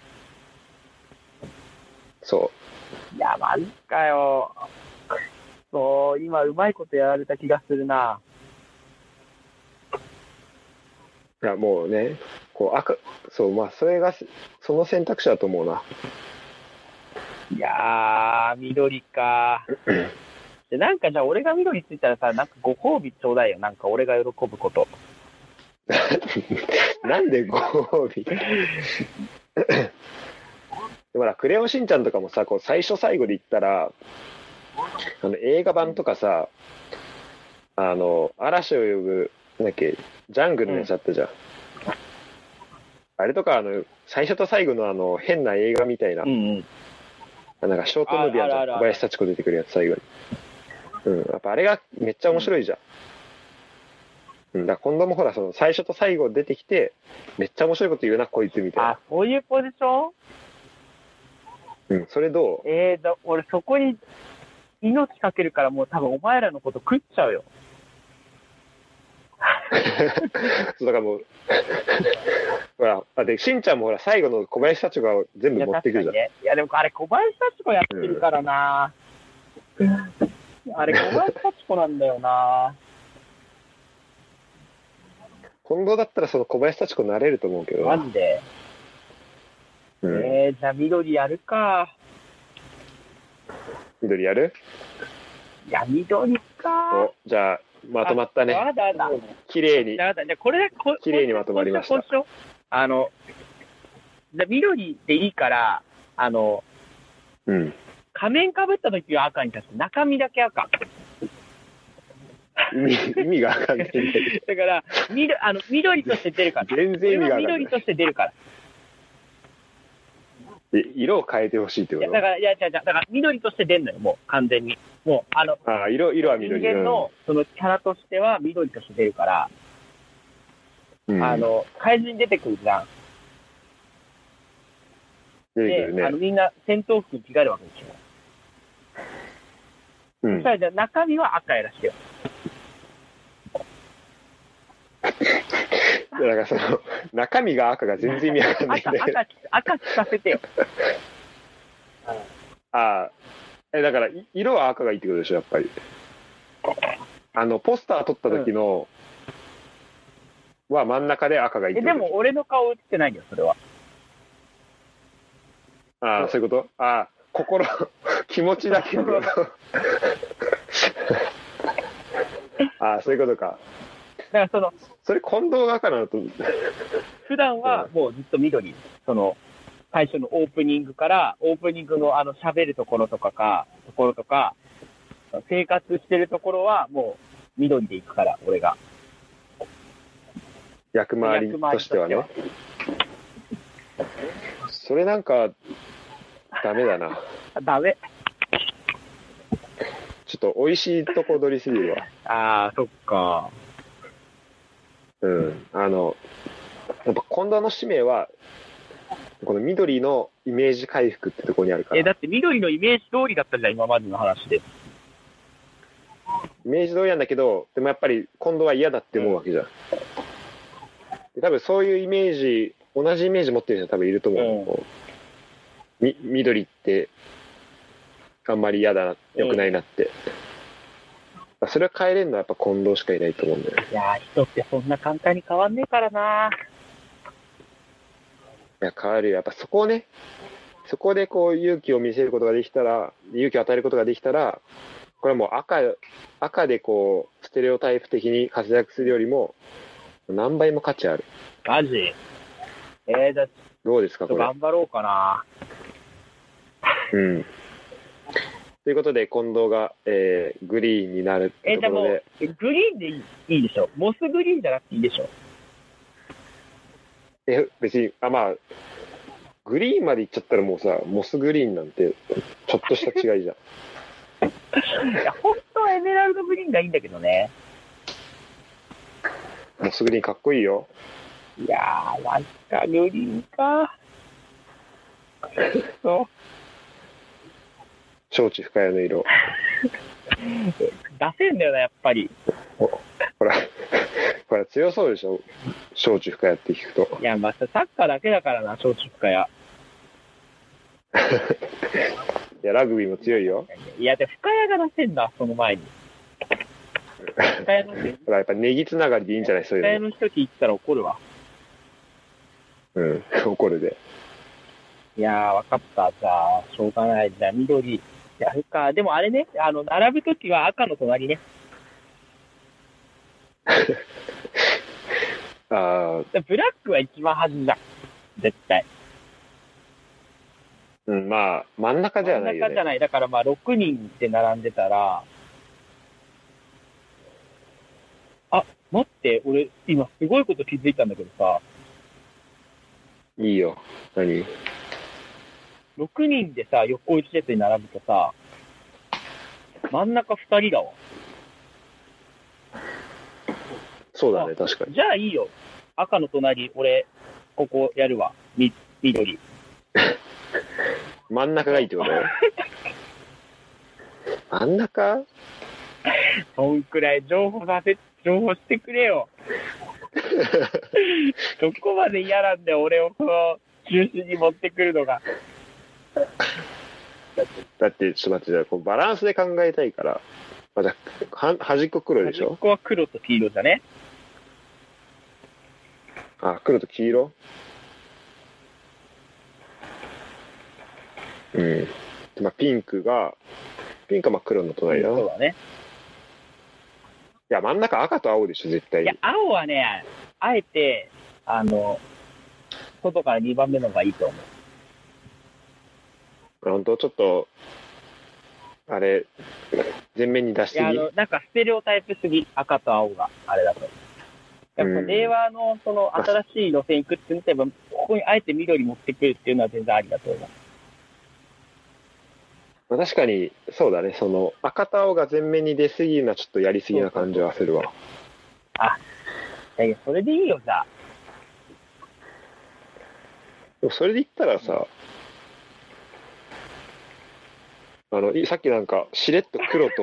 そいや、マジかよ。そう、今、うまいことやられた気がするな。う。いや、もうね、こう、赤、そう、まあ、それが、その選択肢だと思うな。 いやー、緑か。でなんかじゃあ、俺が緑ついたらさ、なんかご褒美ちょうだいよ。なんか俺が喜ぶこと。なんでご褒美でも ほら、クレヨンしんちゃんとかもさ、こう、最初最後で言ったら、あの、映画版とかさ、あの、嵐を呼ぶ、なんだっけ、ジャングルのやつあったじゃん。あれとか、あの、最初と最後のあの、変な映画みたいな、んうん。なんかショートムービーあるじあゃあるあるあんる小林幸子出てくるやつ最後に。うん、やっぱあれがめっちゃ面白いじゃん。うん、だから今度もほら、その最初と最後出てきて、めっちゃ面白いこと言うな、こいつみたいなあ。、そういうポジションうん、それどうえー、だ俺そこに命かけるからもう多分お前らのこと食っちゃうよ。そうだからもう、 ほら、あで、しんちゃんもほら、最後の小林幸子が全い部や、持っ確てくかるじにゃん。ね。いや、でもあれ小林幸子やってるからな。あれ小林幸子なんだよな。今度だったらその小林幸子になれると思うけどマな。ジで。うん、えー、じゃあ緑やるか。緑やるいや、緑かお。、じゃあ、まとまったね。やだだ。綺麗に。やだ。じゃあこれだ、こ綺麗にまとまりましたこうようこうしようあの、じゃあ緑でいいから、あの、うん。仮面かぶった時は赤に足して、中身だけ赤。意味、意味がわか んないんだけど。だから、緑、あの、緑として出るから。全然意味がわかんない緑。として出るから。え色を変えてほしいっていこや、だとから、いや、違う違う。だから、緑として出んのよ、もう、完全に。もう、あの、ああ色色は人緑間の、その、キャラとしては、緑として出るから、うんあの、怪人出てくるじゃん。出てくで、るあのね。みんな戦闘服に着替えるわけですよ。 うんた。だじゃあ中身は赤いら しいよ。だからその、中身が赤が全然意味わかんない赤、んだけど。赤着、赤着させてよ。 ああ。え、だから、い色は赤がいいってことでしょ、やっぱり。あの、ポスター撮った時の、は真ん中で赤がいいっえ、てこでとしょも俺の顔映ってないんだよ、それは。ああ、そういうことああ、心、 気持ち だけど。 ああ、そういうことか。だからその、それ、近藤が赤なのと、普段はもうずっと緑、その、最初のオープニングから、オープニングのあの喋るところとかか、ところとか、生活してるところはもう緑で行くから、俺が。役回りとしてはね。役それなんか、ダメだな。ダメ。ちょっと、美味しいとこ取りすぎるわ。ああ、そっか。うん。あの、やっぱ、近藤の使命は、この緑のイメージ回復ってとこにあるかえ、だら、って緑のイメージ通りだったじゃん、今までの話で。イメージ通りなんだけど、でもやっぱり近藤は嫌だって思うわけじゃん。で多分そういうイメージ、同じイメージ持ってる人多分いると思う。うんこうみ緑って、あんまり嫌だな、良くないなって。それは変えれるのはやっぱ近藤しかいないと思うんだよね。いやー、人ってそんな簡単に変わんねえからな。いや、変わるよ。やっぱそこをね、そこでこう勇気を見せることができたら、勇気を与えることができたら、これはもう赤、赤でこう、ステレオタイプ的に活躍するよりも、何倍も価値ある。マジ。えー、じゃあちどうですょか、っとこれ。頑張ろうかな。うん。ということで、近藤が、えー、グリーンになるってえ、とでころもで、、えグリーンでいいいいでしょ。モスグリーンじゃなくていいでしょ。え、別に、あ、まあ、グリーンまで行っちゃったらもうさ、モスグリーンなんて、ちょっとした違いじゃん。いや、本当はエメラルドグリーンがいいんだけどね。モスグリーンかっこいいよ。いやー、なんかグリーン か。そう。承知深谷の色。出せんだよな、やっぱり。ほら、 ほら強そうでしょ、小中深谷って聞くと。いや、まあ、サッカーだけだからな、小中華や。いや、ラグビーも強いよ。いや、で、深谷が出せんだ、その前に。深谷の人、ほら、やっぱネギつながりでいいんじゃないそう深い谷うの人聞いてたら怒るわ。の。うん、 怒るで。いやー、わかった。じゃあ、しょうがない。じゃあ、緑。やるか。でもあれね、あの、並ぶときは赤の隣ね。ああ、でブラックは一番端じゃん。絶対。うん、まあ、真ん中ではないよ真ん中じゃね。ない。だからまあ6人って並んでたら、あ、待って、俺今すごいこと気づいたんだけどさ、いいよ。何6人でさ、横一列に並ぶとさ、真ん中2人だわ。そうだね、確かに。じゃあいいよ。赤の隣、俺、ここやるわ。み、緑。真ん中がいいってこと 真ん中そんくらい情報させ、情報してくれ よ。どこまで嫌なんだよ、俺をこの中心に持ってくるのが。だって、ちょっと待って、じゃあこうバランスで考えたいから、まあじゃあは端っこ黒でしこょこは黒と黄色だね。あ、黒と黄色うん。まあ、ピンクが、ピンクはまあ黒の隣だな。いそうだね。や、真ん中赤と青でしょ、絶対いやに。、青はね、あえて、あの、外から2番目の方がいいと思う。本当ちょっと、あれ、前面に出しいてや、あみ。の、なんかステレオタイプすぎ、赤と青が、あれだと。やっうぱん令和のその新しい路線行くって言ったら、ここにあえて緑持ってくるっていうのは全然ありだと思います。まあ、確かに、そうだね、その、赤と青が前面に出すぎるのはちょっとやりすぎな感じはするわ。いやいや、それでいいよ、じゃあ。でもそれで言ったらさ、あのいさっきなんかしれっと黒と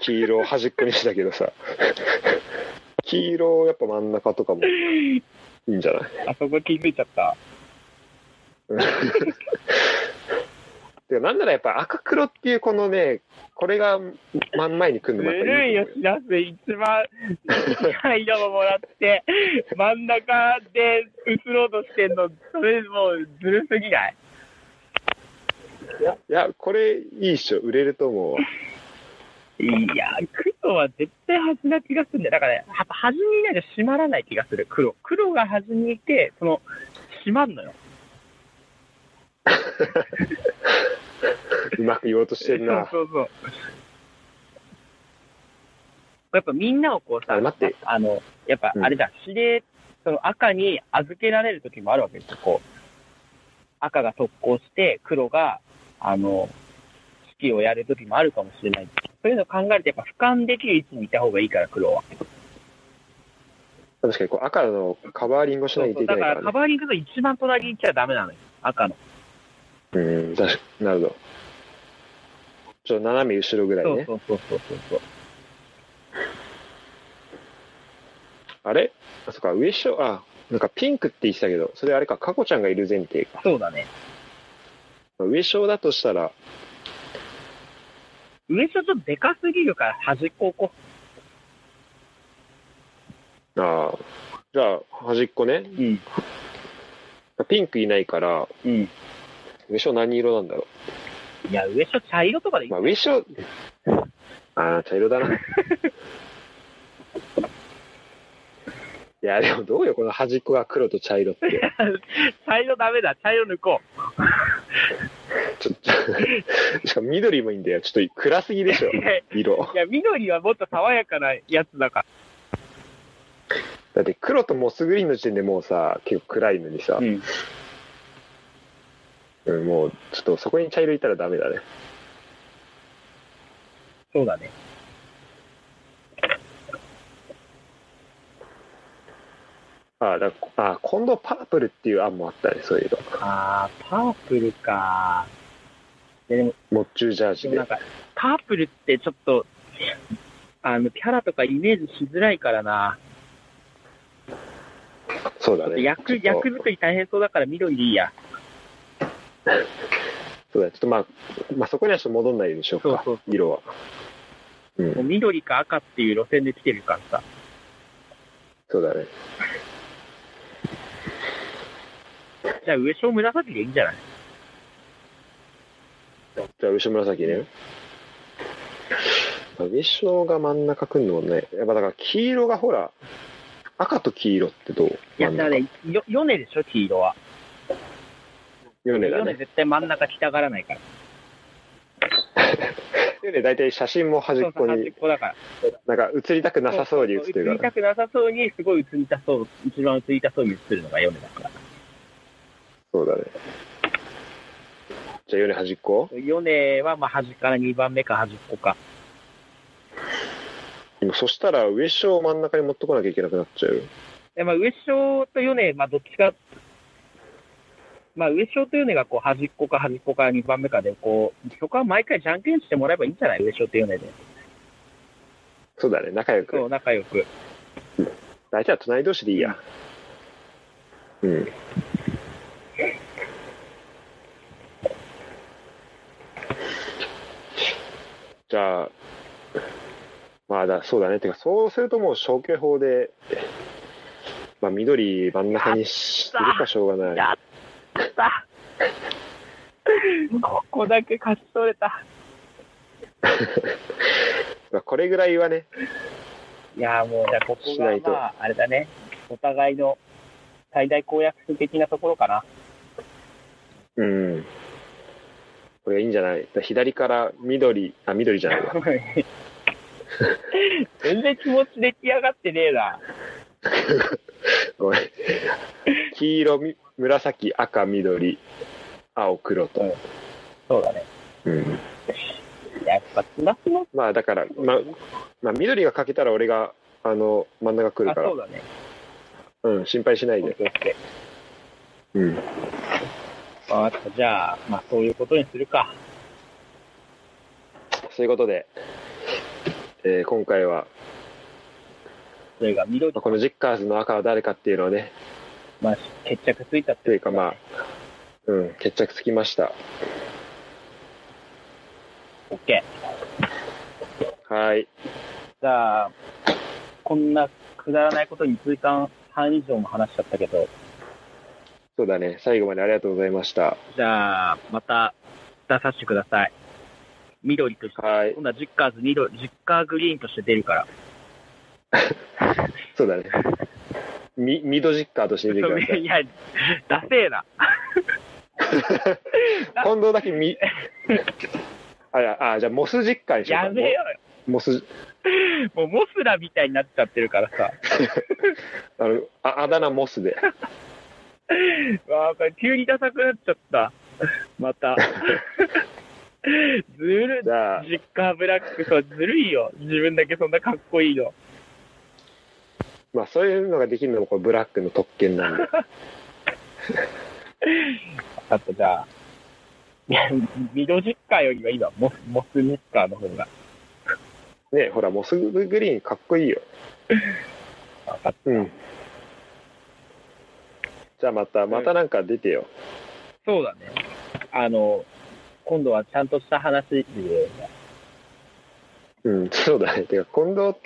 黄色を端っこにしたけどさ 黄色やっぱ真ん中とかもいいんじゃないあそこ気づいちゃった。てかなんならやっぱ赤黒っていうこのねこれが真ん前にず来るのもやっぱるいいいよ、知らせ。一 番、高いのをもらって、真ん中で移ろうとしてんの、それもうずるすぎない。いやこれいいっしょ売れると思うわいや、黒は絶対端な気がするんだよ。だから、ね、やっぱ端にいないと閉まらない気がする、黒。黒が端にいて、その、閉まんのよ。うまく言おうとしてるな そうそうそう。やっぱみんなをこうあさ、待ってあの、やっぱあれじゃん、指令、その赤に預けられる時もあるわけですよ、こう。赤が特攻して、黒が、あの、指揮をやる時もあるかもしれない。そういうのを考えると、やっぱ俯瞰できる位置にいた方がいいから、黒は。確かにこう赤のカバーリングをしそなうきゃそいうけだなかいからら、ねカバーリングの一番隣に行っちゃダメなのよ、赤の。うん確かになるほどちょっと斜め後ろぐらいそうねそうそうそうそう。あれあそっか上昇あなんかピンクって言ってたけどそれあれか佳子ちゃんがいる前提かそうだね。上昇だとしたら上ちょっとでかすぎるから、端っこをこうああじゃあ端っこねうん。ピンクいないからうん。上昇何色なんだろいや、上所茶色とかでいうい。まあ上昇ああ茶色だな いやでもどうよこの端っこが黒と茶色って茶色ダメだ。茶色抜こちょっと しかも緑もいいんだよちょっと暗すぎでしょう。い色や、緑はもっと爽やかなやつだかだって黒とモスグリーンの時点でもうさ結構暗いのにさら。、ん。うんもうちょっとそこに茶色いたらダメだねそうだね。ああだああ今度パープルっていう案もあったねそういえばあー、パープルか。いやでも、モッチュージャージなでんか、パープルってちょっと、あの、キャラとかイメージしづらいからな。そうだね役、ちょっと役作り大変そうだから緑でいいや。そうだねちょっとまあ、まあ、そこにはちょっと戻んないようにしようかそうそう色はうもうん緑か赤っていう路線で来てるからさ。そうだねじゃあ上昇紫でいいんじゃないじゃあ、後ろ紫ね。後ろが真ん中くんのもね、やっぱだから黄色がほら、赤と黄色ってどういや、真んだ中からね、よ、ヨネでしょ、黄色は。ヨネだヨネね。絶対真ん中来たがらないから。ヨネ大体写真も端そっうそこう、端っに、こだから。なんか映りたくなさそうに写ってる映りから。たくなさそうに、すごい映りたそう、一番映りたそうに映るのがヨネだかそうだね。じゃあ、ヨネ端っこら。ヨネは、まあ、端から2番目か端っこか。でもそしたら、上昇を真ん中に持ってこなきゃいけなくなっちゃう。で、まあ、上昇とヨネ、まあ、どっちか、まあ、上昇とヨネが、こう、端っこか端っこから2番目かで、こう、そこは毎回じゃんけんしてもらえばいいんじゃない上昇とヨネで。そうだね、仲良そう、く。仲良く。大体は隣同士でいいや。うん。じゃあ、まあだ、そうだね。てか、そうするともう消去法で、まあ、緑真ん中にしすやったるかしょうがない。やったここだけ勝ち取れた。まあ、これぐらいはね、いやーもう、じゃあ、ここしないが、とまあ、あれだね。お互いの最大公約数的なところかな。うん。これいいんじゃない左から緑、あ、緑じゃないわ。全然気持ち出来上がってねえな。ごめん。黄色、み紫、赤、緑、青、黒と。そうだね。うん、やっぱ、つなつの、まあだから、まあ、まあ、緑が欠けたら俺が、あの、真ん中来るあ、からそう、だね。うん、心配しないオッで。ケーオッケうん。ーわかった。じゃあ、まあ、そういうことにするか。ということで、えー今回は、それが緑まあ、このジッカーズの赤は誰かっていうのをね、まあ、決着ついたってというかまあ、うん、決着つきました。オッケはい。ー。じゃあ、こんなくだらないことに1時間半以上も話しちゃったけど、そうだね。最後までありがとうございました。じゃあ、また出させてください。緑として。はい。今度はジッカーズ緑、ジッカーグリーンとして出るから。そうだね。み、ミドジッカーとして見てください。いや、ダセえな。近藤だけみ、 あ、いやあ、じゃあモスジッカーにしようかやめようモス、よ。もうモスラみたいになっちゃってるからさ。あの、ああだ名モスで。わあ、これ急にダサくなっちゃった。また。ずるじ、ゃあ、実家ブラック、そう、ずるいよ。自分だけそんなかっこいいの。まあそういうのができるのもこれブラックの特権なんで。あと、じゃあ、いや、ミド実家よりは今、モス、モス実家の方が。 ねほら、モスグリーンかっこいいよ。わかっうん。じゃあまた、またなんか出てよ。そうだね。あの、今度はちゃんとした話で、うん、そうだね。てか、近藤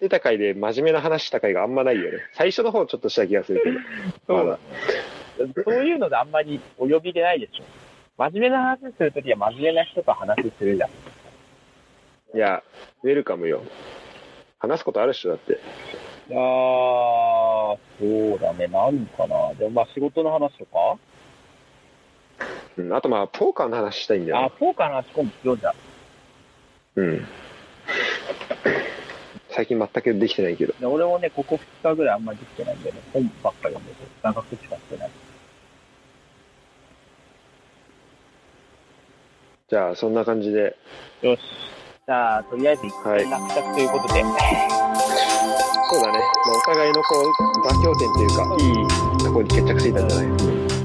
出た回で真面目な話した回があんまないよね。最初の方ちょっとした気がするけど。そうまだだ。そういうのであんまりお呼びでないでしょ。真面目な話するときは真面目な人と話するじゃん。いや、ウェルカムよ。話すことあるっしょ、だって。ああ、そうだね。何かな。でもまあ仕事の話とかうん、あとまあ、ポーカーの話したいんだあよ、ポーカーの話今度しようじゃん。なうん。最近全くできてないけど。で俺もね、ここ2日ぐらいあんまりできてないんだよね。本ばっかり読んでて、長くしかしてない。じゃあ、そんな感じで。よし。じゃあ、とりあえず一はい回落着ということで、そうだね。まあ、お互いのこう、妥協点というか、いいところに決着ついたんじゃない